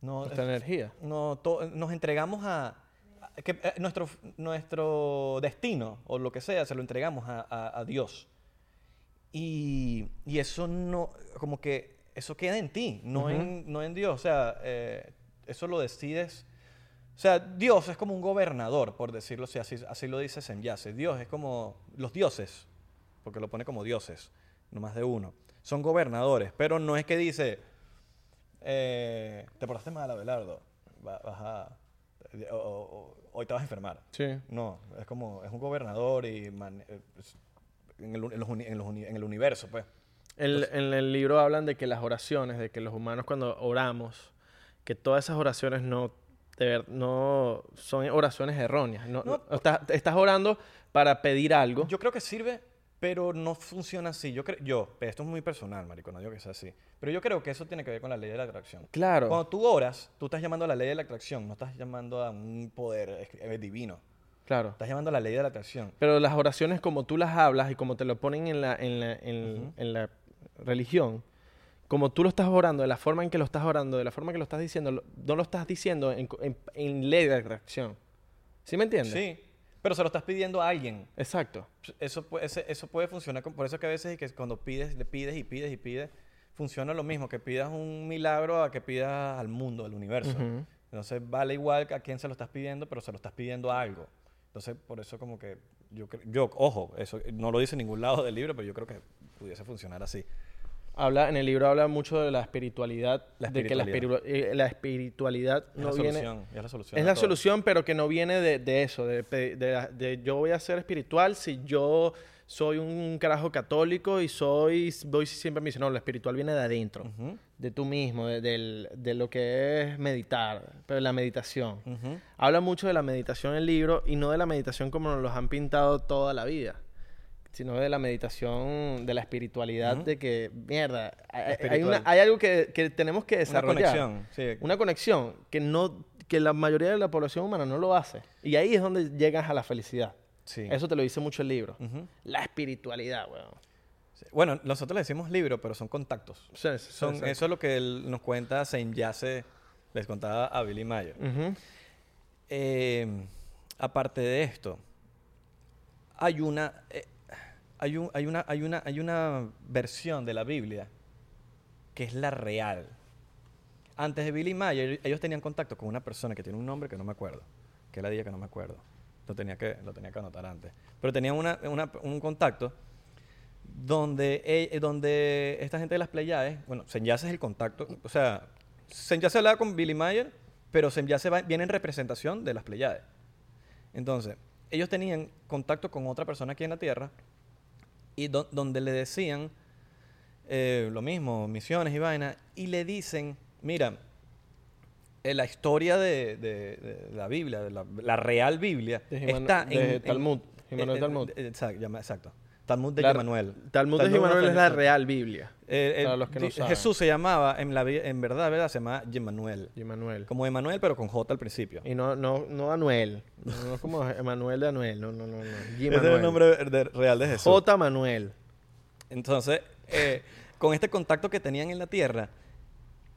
Speaker 1: No,
Speaker 2: Nuestra energía.
Speaker 1: no, to- nos entregamos a, a- que, eh, nuestro, nuestro destino o lo que sea, se lo entregamos a, a- a Dios. Y, y eso no, como que eso queda en ti, no, en, no en Dios. O sea, eh, eso lo decides. O sea, Dios es como un gobernador, por decirlo así, así, así lo dice Semyase. Dios es como los dioses, porque lo pone como dioses, no más de uno. Son gobernadores, pero no es que dice, eh, te portaste mal, Abelardo. Va- vas a- o- o- o- hoy te vas a enfermar.
Speaker 2: Sí.
Speaker 1: No, es como, es un gobernador y man- eh, es- en, el, en los uni- en los uni- en el universo, pues.
Speaker 2: El- en el libro hablan de que las oraciones, de que los humanos cuando oramos, que todas esas oraciones no, de ver- no son oraciones erróneas. No,
Speaker 1: No.
Speaker 2: no- estás, estás orando para pedir algo.
Speaker 1: Yo creo que sirve, pero no funciona así. Yo creo, yo, esto es muy personal, marico, no digo que sea así. Pero yo creo que eso tiene que ver con la ley de la atracción.
Speaker 2: claro.
Speaker 1: Cuando tú oras, tú estás llamando a la ley de la atracción, no estás llamando a un poder eh, divino.
Speaker 2: Claro.
Speaker 1: Estás llamando a la ley de la atracción.
Speaker 2: Pero las oraciones como tú las hablas y como te lo ponen en la, en la, en- en la religión, como tú lo estás orando, de la forma en que lo estás orando, de la forma en que lo estás diciendo, lo- no lo estás diciendo en, co- en- en ley de atracción. ¿Sí me entiendes?
Speaker 1: Sí, pero se lo estás pidiendo a alguien.
Speaker 2: Exacto.
Speaker 1: Pues, Eso, pu- ese- eso puede funcionar, con- por eso que a veces y que cuando pides, le pides y pides y pides, funciona lo mismo, que pidas un milagro a que pidas al mundo, al universo.
Speaker 2: Ujú.
Speaker 1: Entonces vale igual a quién se lo estás pidiendo, pero se lo estás pidiendo a algo. Entonces, por eso como que yo cre- yo ojo, eso no lo dice en ningún lado del libro, pero yo creo que pudiese funcionar así.
Speaker 2: Habla, en el libro habla mucho de la espiritualidad,
Speaker 1: La
Speaker 2: de que la,
Speaker 1: espiritualidad.
Speaker 2: espiru- eh, la espiritualidad
Speaker 1: Es
Speaker 2: no
Speaker 1: la
Speaker 2: viene...
Speaker 1: solución, es la solución.
Speaker 2: Es
Speaker 1: a
Speaker 2: la
Speaker 1: todo.
Speaker 2: solución, pero que no viene de, de eso, de, pe- de la- de yo voy a ser espiritual si yo soy un carajo católico y soy, voy siempre me dice, no, lo espiritual viene de adentro,
Speaker 1: Ujú,
Speaker 2: de tú mismo, de, del- de lo que es meditar, pero la meditación.
Speaker 1: ujú.
Speaker 2: Habla mucho de la meditación en el libro y no de la meditación como nos los han pintado toda la vida, sino de la meditación, de la espiritualidad,
Speaker 1: Ujú.
Speaker 2: de que, mierda, hay, hay
Speaker 1: espiritual.
Speaker 2: una- hay algo que, que tenemos que
Speaker 1: Una
Speaker 2: desarrollar
Speaker 1: conexión, sí.
Speaker 2: una conexión que no que la mayoría de la población humana no lo hace y ahí es donde llegas a la felicidad
Speaker 1: sí.
Speaker 2: eso te lo dice mucho el libro
Speaker 1: Ujú.
Speaker 2: la espiritualidad weón
Speaker 1: Sí. Bueno, nosotros le decimos libro, pero son contactos.
Speaker 2: O sea, es-
Speaker 1: Son,
Speaker 2: es-
Speaker 1: eso es lo que él nos cuenta Saint Yace, les contaba a Billy Mayer.
Speaker 2: Ujú.
Speaker 1: Eh, aparte de esto, hay una, eh, hay, un- hay una, hay una, hay una versión de la Biblia que es la real. Antes de Billy Mayer, ellos tenían contacto con una persona que tiene un nombre que no me acuerdo, que la día que no me acuerdo. Lo tenía que, lo tenía que anotar antes. Pero tenían una- una- un contacto donde, e- donde esta gente de las Pleiades, bueno, Senyase es el contacto, o sea, Senyase hablaba con Billy Mayer, pero Senyase va- viene en representación de las Pleiades. Entonces, ellos tenían contacto con otra persona aquí en la Tierra y do- donde le decían eh, lo mismo, misiones y vaina, y le dicen, mira, eh, la historia de, de- de la Biblia, de la, la real Biblia,
Speaker 2: De Gimano-
Speaker 1: está
Speaker 2: de
Speaker 1: en...
Speaker 2: Talmud,
Speaker 1: en,
Speaker 2: Gimano
Speaker 1: eh,
Speaker 2: de
Speaker 1: eh,
Speaker 2: Talmud.
Speaker 1: eh, exacto, llama- exacto. Talmud de
Speaker 2: La-
Speaker 1: Emanuel.
Speaker 2: Talmud de Immanuel es la real Biblia
Speaker 1: Eh, eh,
Speaker 2: Para los que no
Speaker 1: di-
Speaker 2: saben.
Speaker 1: Jesús se llamaba, en, la, vi- en verdad, ¿verdad? Se llamaba Emanuel.
Speaker 2: Immanuel
Speaker 1: Como Emanuel, pero con J al principio.
Speaker 2: y no no no Anuel no, no como Emanuel de Anuel no no no no
Speaker 1: Ese es
Speaker 2: Immanuel.
Speaker 1: el nombre de- real de Jesús.
Speaker 2: J Manuel
Speaker 1: Entonces, eh, con este contacto que tenían en la tierra,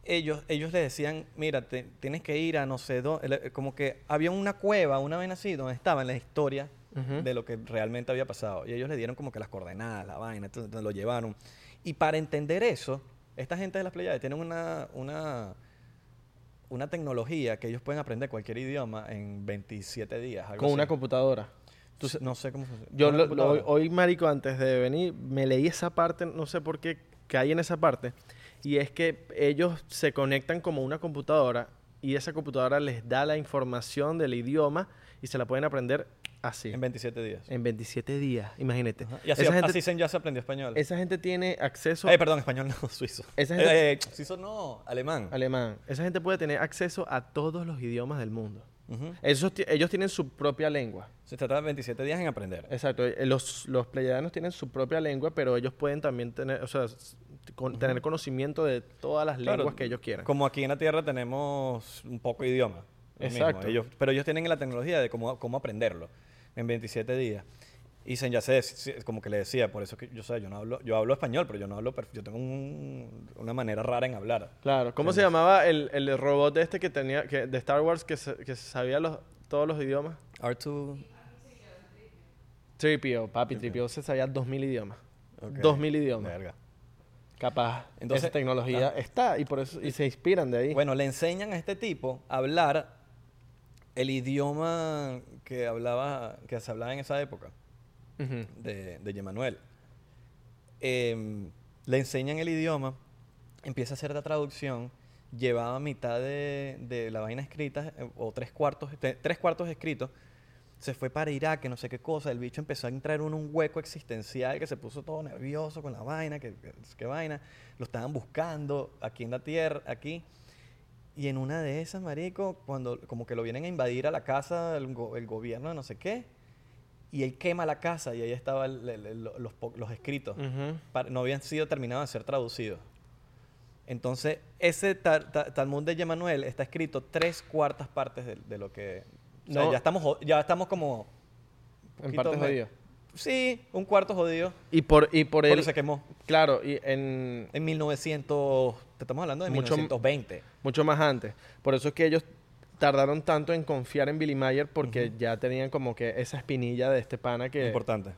Speaker 1: ellos, ellos le decían, mira, te- tienes que ir a no sé dónde. Como que había una cueva, una vaina así, donde estaba en la historia
Speaker 2: Ujú.
Speaker 1: de lo que realmente había pasado. Y ellos le dieron como que las coordenadas, la vaina, entonces, entonces lo llevaron. Y para entender eso, esta gente de las playas tienen una, una, una tecnología que ellos pueden aprender cualquier idioma en 27 días. algo
Speaker 2: con una
Speaker 1: así.
Speaker 2: computadora
Speaker 1: Tú se- no sé cómo funciona.
Speaker 2: Yo
Speaker 1: ¿Una
Speaker 2: lo- lo-
Speaker 1: computadora?
Speaker 2: hoy, Marico, antes de venir, me leí esa parte, no sé por qué caí en esa parte, y es que ellos se conectan como una computadora y esa computadora les da la información del idioma y se la pueden aprender así,
Speaker 1: En
Speaker 2: en,
Speaker 1: 27 días.
Speaker 2: 27 días, imagínate.
Speaker 1: Ajá. Y así,
Speaker 2: esa, gente,
Speaker 1: así Zen ya se aprendió español.
Speaker 2: esa gente tiene acceso
Speaker 1: Eh, perdón, español no, suizo.
Speaker 2: Esa
Speaker 1: Eh,
Speaker 2: gente-
Speaker 1: eh, suizo no, alemán.
Speaker 2: alemán, esa gente puede tener acceso a todos los idiomas del mundo.
Speaker 1: Ujú.
Speaker 2: Esos ti- ellos tienen su propia lengua.
Speaker 1: Se trata de 27 días en aprender.
Speaker 2: Exacto, eh, los, los pleyadanos tienen su propia lengua, pero ellos pueden también tener, o sea, s- con- tener conocimiento de todas las
Speaker 1: Claro,
Speaker 2: lenguas que ellos quieran.
Speaker 1: Como aquí en la Tierra tenemos un poco de idioma. lo mismo.
Speaker 2: Exacto.
Speaker 1: Ellos- pero ellos tienen la tecnología de cómo, cómo aprenderlo en 27 días. Y Zen ya se- se- como que le decía, por eso que yo, o sea, yo no hablo, yo hablo español, pero yo no hablo, perf- yo tengo un- una manera rara en hablar.
Speaker 2: Claro, ¿cómo se
Speaker 1: Tenemos-
Speaker 2: llamaba el, el robot este que tenía, que, de Star Wars, que, se- que se sabía los, todos los idiomas?
Speaker 1: R2,
Speaker 2: Tripio, papi, Tripio se sabía 2000 idiomas.
Speaker 1: Ok.
Speaker 2: 2000 idiomas.
Speaker 1: verga.
Speaker 2: Capaz. Entonces,
Speaker 1: Entonces-
Speaker 2: esa tecnología está y por eso y se inspiran de ahí.
Speaker 1: Bueno, le enseñan a este tipo a hablar el idioma que hablaba, que se hablaba en esa época
Speaker 2: Ujú.
Speaker 1: de, de Yemanuel. Em, le enseñan el idioma, empieza a hacer la traducción, llevaba mitad de, de la vaina escrita, eh, o tres cuartos, te- tres cuartos escritos, se fue para Irak, que no sé qué cosa, el bicho empezó a entrar en un hueco existencial que se puso todo nervioso con la vaina, que, que- que vaina, lo estaban buscando aquí en la tierra, aquí. Y en una de esas, marico, cuando como que lo vienen a invadir a la casa el, go- el gobierno de no sé qué, y él quema la casa y ahí estaban los, po- los escritos.
Speaker 2: Ujú.
Speaker 1: Par- no habían sido terminados de ser traducidos. Entonces, ese tar- ta- Talmud de Yemanuel está escrito tres cuartas partes de, de lo que... o sea,
Speaker 2: No.
Speaker 1: ya estamos, jo- ya estamos como...
Speaker 2: En
Speaker 1: poquito
Speaker 2: partes
Speaker 1: me-
Speaker 2: jodidas.
Speaker 1: Sí, un cuarto jodido.
Speaker 2: Y por, y por
Speaker 1: Porque
Speaker 2: él,
Speaker 1: se quemó.
Speaker 2: claro, y en,
Speaker 1: En 1900... Te estamos hablando de
Speaker 2: Mucho-
Speaker 1: 1920.
Speaker 2: Mucho más antes. Por eso es que ellos tardaron tanto en confiar en Billy Mayer porque ya tenían como que esa espinilla de este pana que
Speaker 1: Importante.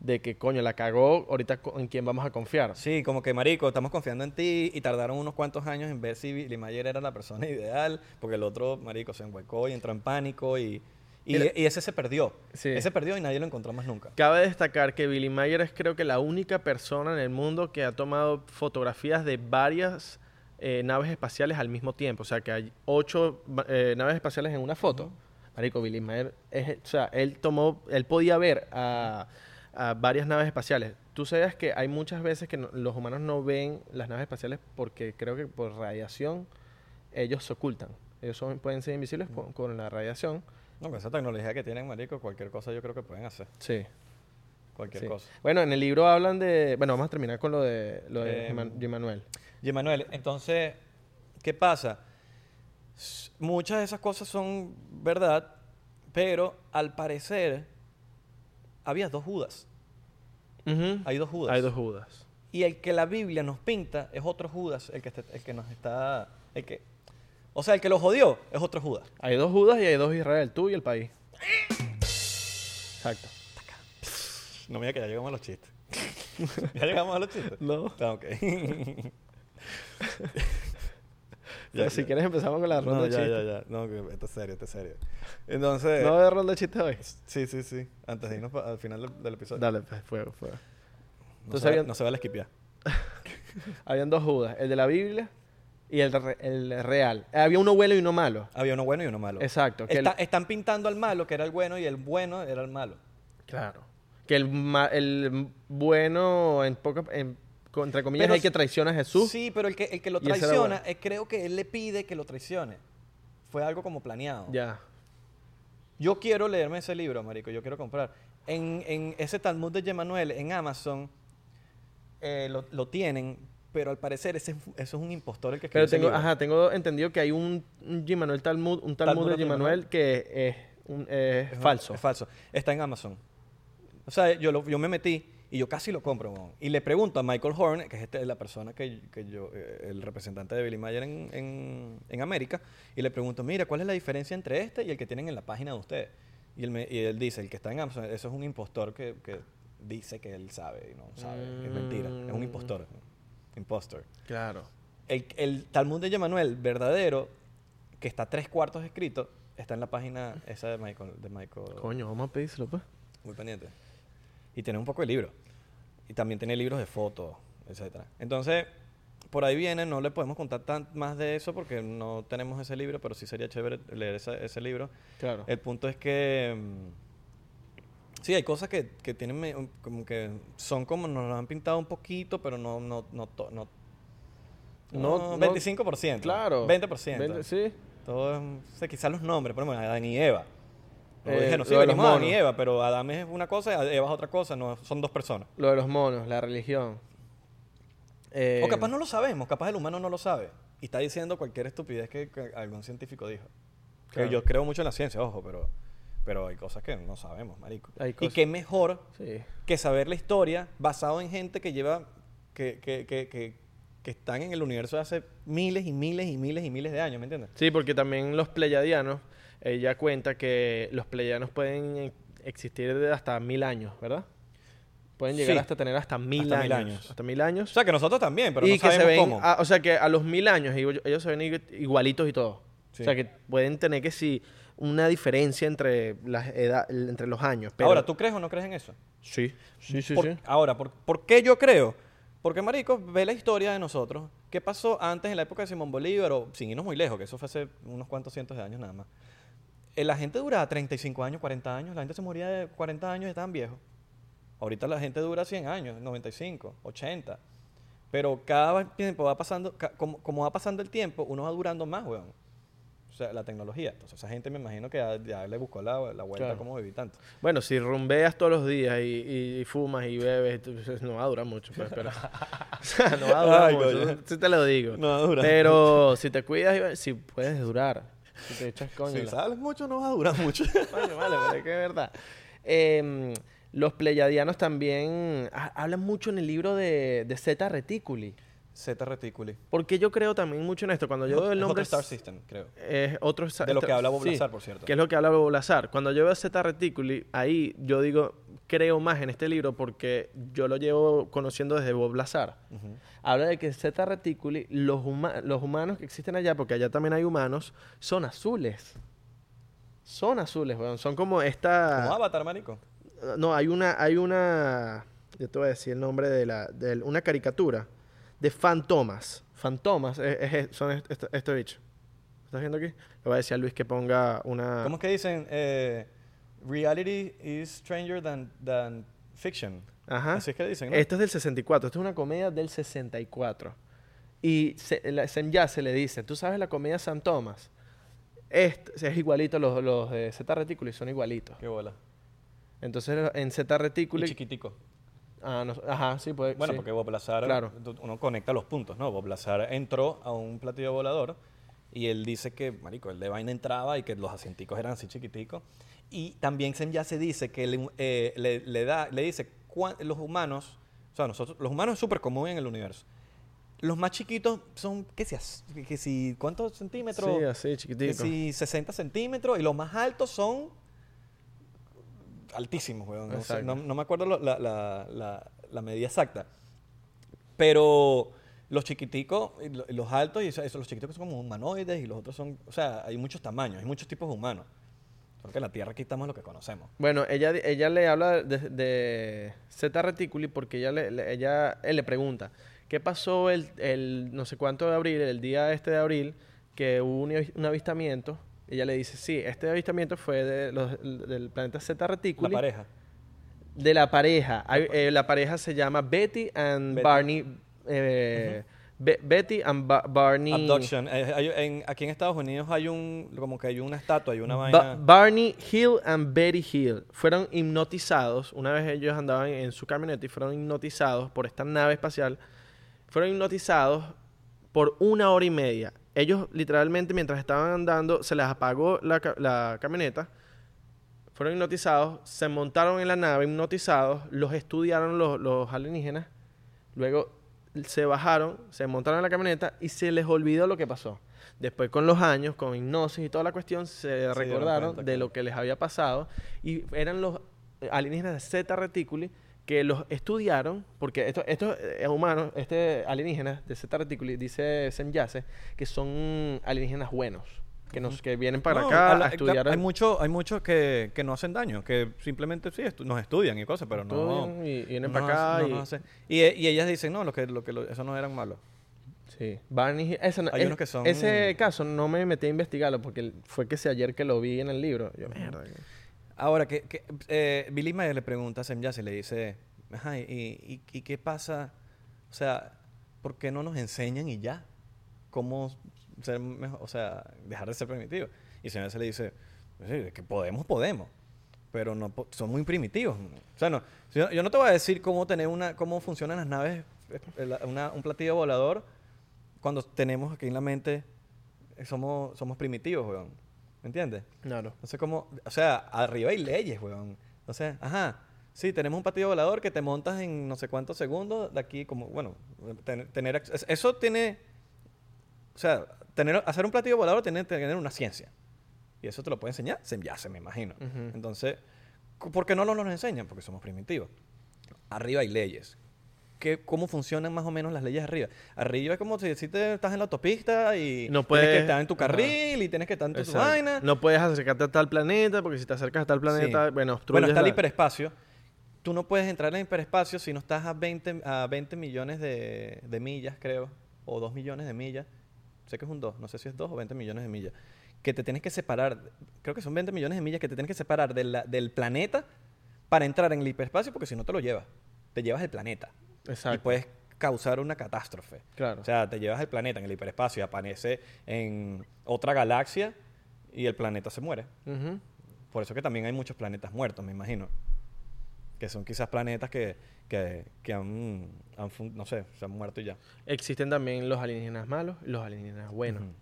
Speaker 2: de que, coño, la cagó, ahorita co- en quién vamos a confiar.
Speaker 1: Sí, como que marico, estamos confiando en ti y tardaron unos cuantos años en ver si Billy Mayer era la persona ideal, porque el otro marico se enhuecó y entró en pánico y, y,
Speaker 2: Mira-
Speaker 1: y ese se perdió.
Speaker 2: Sí.
Speaker 1: Ese perdió y nadie lo encontró más nunca.
Speaker 2: Cabe destacar que Billy Mayer es creo que la única persona en el mundo que ha tomado fotografías de varias eh, naves espaciales al mismo tiempo. O sea, que hay ocho ba- eh, naves espaciales en una foto. Marico, Billy Mayer, es- o sea, él tomó, él podía ver a, a varias naves espaciales. Tú sabes que hay muchas veces que no- los humanos no ven las naves espaciales porque creo que por radiación ellos se ocultan. Ellos son- pueden ser invisibles con, con la radiación.
Speaker 1: No, con esa tecnología que tienen, marico, cualquier cosa yo creo que pueden hacer.
Speaker 2: Sí.
Speaker 1: Cualquier
Speaker 2: Sí.
Speaker 1: cosa.
Speaker 2: Bueno, en el libro hablan de. Bueno, vamos a terminar con lo de lo de
Speaker 1: Eh,
Speaker 2: Eman- de Emanuel.
Speaker 1: Y Emanuel, entonces, ¿qué pasa? S- Muchas de esas cosas son verdad, pero al parecer había dos Judas.
Speaker 2: Ujú.
Speaker 1: Hay dos Judas.
Speaker 2: Hay dos Judas.
Speaker 1: Y el que la Biblia nos pinta es otro Judas, el que, este- el que nos está... El que, o sea, el que lo jodió es otro Judas.
Speaker 2: Hay dos Judas y hay dos Israel, tú y el país. Exacto.
Speaker 1: No mira que ya llegamos a los chistes. ¿Ya llegamos a los chistes?
Speaker 2: No.
Speaker 1: Ah, ok.
Speaker 2: Pero si quieres empezamos con la ronda
Speaker 1: No,
Speaker 2: de
Speaker 1: ya,
Speaker 2: chistes.
Speaker 1: ya, ya. No, que esto es serio, esto es serio. Entonces...
Speaker 2: No de ronda de chistes hoy.
Speaker 1: Sí, sí, sí. Antes de irnos pa- al final del, del episodio.
Speaker 2: Dale, pues, fuego, fuego.
Speaker 1: No,
Speaker 2: Entonces
Speaker 1: se, va,
Speaker 2: habían,
Speaker 1: no se va a la esquipiar.
Speaker 2: habían dos Judas, el de la Biblia y el, re- el real. Había uno bueno y uno malo.
Speaker 1: Había uno bueno y uno malo.
Speaker 2: Exacto. que el-
Speaker 1: Está- Están pintando al malo, que era el bueno, y el bueno era el malo.
Speaker 2: claro. Que el, ma- el bueno, en poca, en, con- entre comillas,
Speaker 1: Pero
Speaker 2: es el que traiciona a Jesús.
Speaker 1: Sí, pero el que, el que lo
Speaker 2: Y ese era
Speaker 1: traiciona,
Speaker 2: bueno.
Speaker 1: eh, creo que él le pide que lo traicione. Fue algo como planeado.
Speaker 2: Ya.
Speaker 1: Yo quiero leerme ese libro, marico. Yo quiero comprar. En, en ese Talmud de Yemanuel, en Amazon, eh, lo, lo tienen, pero al parecer ese, es- eso es un impostor el que escribió
Speaker 2: Pero
Speaker 1: ese
Speaker 2: tengo,
Speaker 1: libro.
Speaker 2: ajá, tengo entendido que hay un, un Gimanuel Talmud, un Talmud,
Speaker 1: Talmud
Speaker 2: de
Speaker 1: de
Speaker 2: Gimanuel
Speaker 1: Gimanuel.
Speaker 2: que es, un- es
Speaker 1: Es un-
Speaker 2: falso.
Speaker 1: Es falso. Está en Amazon. O sea, yo, lo- yo me metí y yo casi lo compro, weón. Y le pregunto a Michael Horn, que es este- la persona que, que yo, eh, el representante de Billy Mayer en, en- en América, y le pregunto, mira, ¿cuál es la diferencia entre este y el que tienen en la página de ustedes? Y él, me- y él dice, el que está en Amazon, eso es un impostor que, que dice que él sabe y no sabe. Es mentira. Es
Speaker 2: Mm.
Speaker 1: un impostor. Impostor.
Speaker 2: Claro.
Speaker 1: El, el Talmud de Yemanuel, verdadero, que está tres cuartos escrito, está en la página esa de Michael. De Michael
Speaker 2: Coño, vamos a pedírselo, pues.
Speaker 1: muy pendiente. Y tiene un poco de libros. Y también tiene libros de fotos, etcétera. Entonces, por ahí viene, no le podemos contar tan, más de eso porque no tenemos ese libro, pero sí sería chévere leer esa- ese libro.
Speaker 2: Claro.
Speaker 1: El punto es que. mm, Sí, hay cosas que, que tienen. me- un- como que son como nos las han pintado un poquito, pero no. No, no, to- no,
Speaker 2: No-
Speaker 1: no,
Speaker 2: no-
Speaker 1: 25%.
Speaker 2: claro.
Speaker 1: 20%.
Speaker 2: Veinte- sí.
Speaker 1: Todo, o sea, quizás los nombres, por ejemplo, Adán y Eva. Lo
Speaker 2: Eh,
Speaker 1: dijeron, sí,
Speaker 2: lo de los
Speaker 1: venimos a Adán y
Speaker 2: monos.
Speaker 1: Eva, pero Adán es una cosa, Eva es otra cosa, no, son dos personas.
Speaker 2: Lo de los monos, la religión. Eh,
Speaker 1: o capaz no lo sabemos, capaz el humano no lo sabe. Y está diciendo cualquier estupidez que, que algún científico dijo. Que
Speaker 2: Claro.
Speaker 1: yo creo mucho en la ciencia, ojo, pero, pero hay cosas que no sabemos, marico.
Speaker 2: Hay
Speaker 1: Y
Speaker 2: cosas-
Speaker 1: qué mejor
Speaker 2: Sí.
Speaker 1: que saber la historia basado en gente que lleva, que, que, que, que, que están en el universo de hace miles y miles y miles y miles de años, ¿me entiendes?
Speaker 2: Sí, porque también los pleyadianos, ella cuenta que los pleyadianos pueden eh, existir de hasta mil años, ¿verdad? Pueden llegar
Speaker 1: Sí.
Speaker 2: hasta tener hasta mil
Speaker 1: Hasta
Speaker 2: años.
Speaker 1: mil años.
Speaker 2: Hasta mil años.
Speaker 1: O sea, que nosotros también, pero
Speaker 2: y
Speaker 1: no
Speaker 2: que
Speaker 1: sabemos
Speaker 2: se ven,
Speaker 1: cómo.
Speaker 2: a- o sea, que a los mil años ellos, ellos se ven igu- igualitos y todo.
Speaker 1: Sí.
Speaker 2: O sea, que pueden tener que sí una diferencia entre las edad, entre los años. Pero,
Speaker 1: Ahora, ¿tú crees o no crees en eso?
Speaker 2: Sí, sí, sí,
Speaker 1: Por-
Speaker 2: sí.
Speaker 1: Ahora, por, ¿por qué yo creo? Porque, marico, ve la historia de nosotros. ¿Qué pasó antes en la época de Simón Bolívar o sin irnos muy lejos, que eso fue hace unos cuantos cientos de años nada más? Eh, La gente duraba 35 años, 40 años. La gente se moría de 40 años y estaban viejos. Ahorita la gente dura 100 años, 95, 80. Pero cada tiempo va pasando, ca- como, como va pasando el tiempo, uno va durando más, weón. O sea, la tecnología. Entonces, esa gente me imagino que ya, ya le buscó la, la vuelta
Speaker 2: Claro.
Speaker 1: como cómo vivir tanto.
Speaker 2: Bueno, si rumbeas todos los días y, y- y fumas y bebes, tú- no va a durar mucho, pues, pero... o sea, no va a durar
Speaker 1: Ay,
Speaker 2: mucho,
Speaker 1: coño.
Speaker 2: sí te lo digo.
Speaker 1: No va a durar
Speaker 2: Pero si te cuidas, si puedes durar. Si te echas coño.
Speaker 1: Si
Speaker 2: la-
Speaker 1: sales mucho, no vas a durar mucho.
Speaker 2: Coño, vale, pero es que es verdad. Em, los pleyadianos también ha- hablan mucho en el libro de, de Zeta Reticuli.
Speaker 1: Zeta Reticuli.
Speaker 2: Porque yo creo también mucho en esto. Cuando yo veo el
Speaker 1: Es otro
Speaker 2: nombre.
Speaker 1: Star
Speaker 2: es-
Speaker 1: System, creo.
Speaker 2: es otro sa-
Speaker 1: De lo
Speaker 2: esta-
Speaker 1: que habla Bob Lazar, por cierto.
Speaker 2: Que es lo que habla Bob Lazar. Cuando yo veo Zeta Reticuli, ahí yo digo, creo más en este libro porque yo lo llevo conociendo desde Bob Lazar.
Speaker 1: Ujú.
Speaker 2: Habla de que Zeta Reticuli, los, huma- los humanos que existen allá, porque allá también hay humanos, son azules. Son azules, weón. Son como esta...
Speaker 1: Como Avatar, marico.
Speaker 2: No, hay una, hay una, yo te voy a decir el nombre de la, de una caricatura de fantomas. Fantomas es, es- son est- est- este bicho. ¿Estás viendo aquí? Le voy a decir a Luis que ponga una...
Speaker 1: ¿Cómo es que dicen? Eh, reality is stranger than, than fiction.
Speaker 2: Ajá.
Speaker 1: Así
Speaker 2: Este
Speaker 1: es que dicen, ¿no?
Speaker 2: Esto es del 64, esto es una comedia del 64. Y se, la- Sam ya se le dice, ¿tú sabes la comedia San Tomás? Est- es igualito, los, los de Z Reticuli son igualitos.
Speaker 1: Qué bola.
Speaker 2: Entonces en Z
Speaker 1: Y
Speaker 2: Reticuli...
Speaker 1: chiquitico.
Speaker 2: Ah, no, ajá, sí, puede
Speaker 1: Bueno,
Speaker 2: sí.
Speaker 1: porque Bob Lazar,
Speaker 2: Claro.
Speaker 1: tú- uno conecta los puntos, ¿no? Bob Lazar entró a un platillo volador y él dice que, marico, el de vaina entraba y que los asienticos eran así chiquiticos. Y también se- ya se dice que le, eh, le- le da, le dice, cuán- los humanos, o sea, nosotros, los humanos es súper común en el universo. Los más chiquitos son, ¿qué si, as- que si cuántos centímetros?
Speaker 2: Sí, así, chiquitico.
Speaker 1: que si 60 centímetros y los más altos son altísimos, weón. No, sé,
Speaker 2: Exacto.
Speaker 1: no- no me acuerdo lo- la, la- la- la medida exacta. Pero los chiquiticos, y lo- y los altos, y eso- eso, los chiquiticos son como humanoides y los otros son, o sea, hay muchos tamaños, hay muchos tipos de humanos. Porque la Tierra aquí estamos lo que conocemos.
Speaker 2: Bueno, ella, di- ella le habla de, de Zeta Reticuli porque ella le, le- ella, él le pregunta, ¿qué pasó el, el no sé cuánto de abril, el día este de abril, que hubo un, avi- un avistamiento? Ella le dice, sí, este avistamiento fue de los- del planeta Zeta
Speaker 1: La
Speaker 2: Reticuli.
Speaker 1: pareja.
Speaker 2: De la pareja. Hay- eh, la pareja se llama Betty and
Speaker 1: Betty.
Speaker 2: Barney. eh, Be- Betty and Ba- Barney.
Speaker 1: Abduction. Eh, hay- en- aquí en Estados Unidos hay un, como que hay una estatua, hay una
Speaker 2: Ba-
Speaker 1: vaina.
Speaker 2: Barney Hill and Betty Hill fueron hipnotizados. Una vez ellos andaban en su camioneta y fueron hipnotizados por esta nave espacial. Fueron hipnotizados por una hora y media. Ellos literalmente mientras estaban andando se les apagó la, ca- la camioneta. Fueron hipnotizados, se montaron en la nave hipnotizados, los estudiaron los, los alienígenas, luego se bajaron, se montaron en la camioneta y se les olvidó lo que pasó. Después con los años, con hipnosis y toda la cuestión, se
Speaker 1: dieron
Speaker 2: recordaron
Speaker 1: cuenta,
Speaker 2: de
Speaker 1: claro.
Speaker 2: lo que les había pasado y eran los alienígenas de Z Reticuli que los estudiaron, porque estos estos, eh, humanos, este alienígenas de Z Reticuli, dice Sem Yase, que son alienígenas buenos, que, nos, que vienen para
Speaker 1: No,
Speaker 2: acá
Speaker 1: a la-
Speaker 2: a estudiar.
Speaker 1: Hay
Speaker 2: el-
Speaker 1: muchos hay muchos que, que no hacen daño, que simplemente sí estu- nos estudian y cosas, pero no.
Speaker 2: estudian y, y vienen
Speaker 1: no
Speaker 2: para acá.
Speaker 1: hace-
Speaker 2: y,
Speaker 1: no, no hace- y, e- y ellas dicen, no, lo que, lo que lo- eso no eran malos.
Speaker 2: Sí. Barney Hill- ese no-
Speaker 1: Hay
Speaker 2: es-
Speaker 1: unos que son-
Speaker 2: Ese caso no me metí a investigarlo porque fue que si ayer que lo vi en el libro. Yo, mierda.
Speaker 1: Ahora, que, que, eh, Billy Mayer le pregunta a Sem Yassi, le dice, ajá, ¿y, y, y qué pasa? O sea, ¿por qué no nos enseñan y ya? ¿Cómo ser mejor? O sea, dejar de ser primitivos. Y Sem Yassi le dice, "Sí, de que podemos, podemos. Pero no po- son muy primitivos. O sea, no, yo, yo no te voy a decir cómo tener una, cómo funcionan las naves, eh, la- una- un platillo volador, cuando tenemos aquí en la mente, eh, somos, somos primitivos, weón. ¿Me entiendes?
Speaker 2: Claro.
Speaker 1: No sé cómo, o sea, arriba hay leyes, weón. O sea, ajá, sí, tenemos un platillo volador que te montas en no sé cuántos segundos de aquí, como, bueno, ten- tener, acc- es- eso tiene, o sea, tener, hacer un platillo volador tiene que tener una ciencia. Y eso te lo puede enseñar, se ya se me imagino.
Speaker 2: Ujú.
Speaker 1: Entonces, cu- ¿por qué no nos lo enseñan? Porque somos primitivos. Arriba hay leyes. ¿Qué, ¿Cómo funcionan más o menos las leyes arriba? Arriba es como si, si te estás en la autopista y
Speaker 2: No
Speaker 1: tienes
Speaker 2: puedes-
Speaker 1: que estar en tu
Speaker 2: ajá.
Speaker 1: carril y tienes que estar en tu- tu
Speaker 2: Exacto.
Speaker 1: vaina.
Speaker 2: No puedes acercarte a tal planeta porque si te acercas a tal planeta,
Speaker 1: Sí.
Speaker 2: bueno,
Speaker 1: Bueno,
Speaker 2: obstruyes
Speaker 1: está el
Speaker 2: la-
Speaker 1: hiperespacio. Tú no puedes entrar en el hiperespacio si no estás a 20, a 20 millones de, de millas, creo, o 2 millones de millas. Sé que es un 2, no sé si es 2 o 20 millones de millas. Que te tienes que separar, creo que son 20 millones de millas que te tienes que separar de la- del planeta para entrar en el hiperespacio, porque si no te lo llevas. Te llevas el planeta. Y
Speaker 2: Exacto.
Speaker 1: puedes causar una catástrofe.
Speaker 2: Claro.
Speaker 1: O sea, te llevas el planeta en el hiperespacio y aparece en otra galaxia y el planeta se muere.
Speaker 2: Ujú.
Speaker 1: Por eso que también hay muchos planetas muertos, me imagino. Que son quizás planetas que, que, que han, han fun- no sé, se han muerto y ya.
Speaker 2: Existen también los alienígenas malos y los alienígenas buenos.
Speaker 1: Ujú.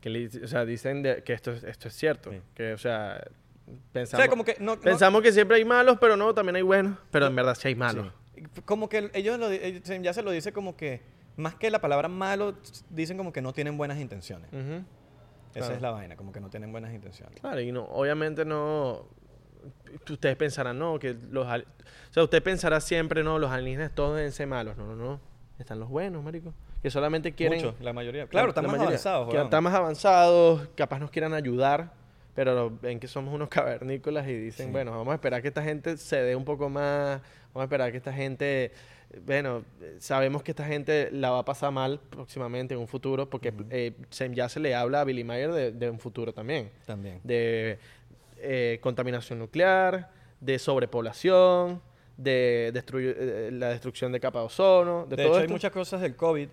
Speaker 2: que le- o sea, dicen de- que esto, es- esto es cierto.
Speaker 1: Sí.
Speaker 2: Que, o sea,
Speaker 1: O
Speaker 2: pensamos,
Speaker 1: sea, como que no... no-
Speaker 2: pensamos que siempre hay malos, pero no, también hay buenos. Pero en verdad sí hay malos.
Speaker 1: sí. Como que ellos, lo di- ellos ya se lo dice como que, más que la palabra malo, dicen como que no tienen buenas intenciones. Esa
Speaker 2: Ujú. Mm, claro.
Speaker 1: es la vaina, como que no tienen buenas intenciones.
Speaker 2: Claro, y no, obviamente no. ustedes pensarán, no, que los... al- O sea, usted pensará siempre, no, los alienígenas todos deben ser malos. No, no, no. Están los buenos, marico. Que solamente quieren...
Speaker 1: Muchos, la mayoría.
Speaker 2: la-
Speaker 1: Claro,
Speaker 2: la
Speaker 1: están más
Speaker 2: mayoría,
Speaker 1: avanzados,
Speaker 2: que
Speaker 1: weón.
Speaker 2: Están más avanzados, capaz nos quieran ayudar, pero lo- ven que somos unos cavernícolas y dicen,
Speaker 1: Sí.
Speaker 2: bueno, vamos a esperar que esta gente se dé un poco más, vamos a esperar que esta gente... Bueno, eh, sabemos que esta gente la va a pasar mal próximamente en un futuro, porque eh, se- ya se le habla a Billy Mayer de- de un futuro también
Speaker 1: También.
Speaker 2: de eh, contaminación nuclear, de sobrepoblación, de destruy- eh, la destrucción de capa de ozono, de,
Speaker 1: De,
Speaker 2: todo
Speaker 1: hecho, hay
Speaker 2: esto.
Speaker 1: muchas cosas del COVID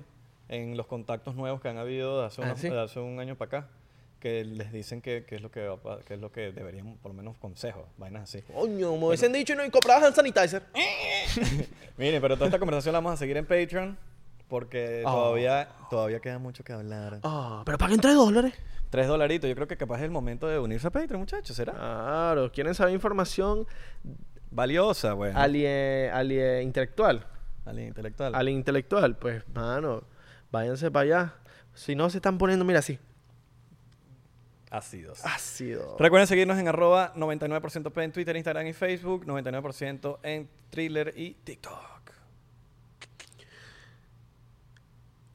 Speaker 1: en los contactos nuevos que han habido de hace,
Speaker 2: Ah,
Speaker 1: unos-
Speaker 2: ¿sí?
Speaker 1: de hace un año para acá, que les dicen que, que es lo que, va pa- que es lo que deberían, por lo menos consejos, vainas así.
Speaker 2: Coño, me hubiesen dicho y no y comprabas hand sanitizer.
Speaker 1: ¿Eh? Miren, pero toda esta conversación la vamos a seguir en Patreon porque
Speaker 2: Oh.
Speaker 1: todavía, todavía queda mucho que hablar.
Speaker 2: Ah, pero paguen 3 dólares.
Speaker 1: Tres dolaritos, yo creo que capaz es el momento de unirse a Patreon, muchachos,
Speaker 2: Ah.
Speaker 1: ¿será?
Speaker 2: Claro, quieren saber información
Speaker 1: Valiosa, güey.
Speaker 2: alie, alie- intelectual.
Speaker 1: Al intelectual.
Speaker 2: Al intelectual, pues, mano, váyanse para allá. Si no, se están poniendo, mira, así.
Speaker 1: Ácidos.
Speaker 2: Ah. Ácido.
Speaker 1: Recuerden seguirnos en arroba 99% P en Twitter, Instagram y Facebook, 99% en Thriller y TikTok.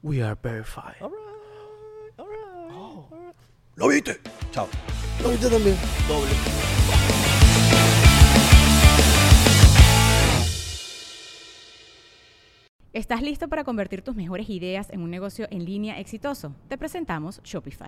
Speaker 2: We are verified.
Speaker 1: All right, all right, all right.
Speaker 2: ¿Lo viste?
Speaker 1: Chao.
Speaker 2: Lo viste también.
Speaker 3: ¿Estás listo para convertir tus mejores ideas en un negocio en línea exitoso? Te presentamos Shopify.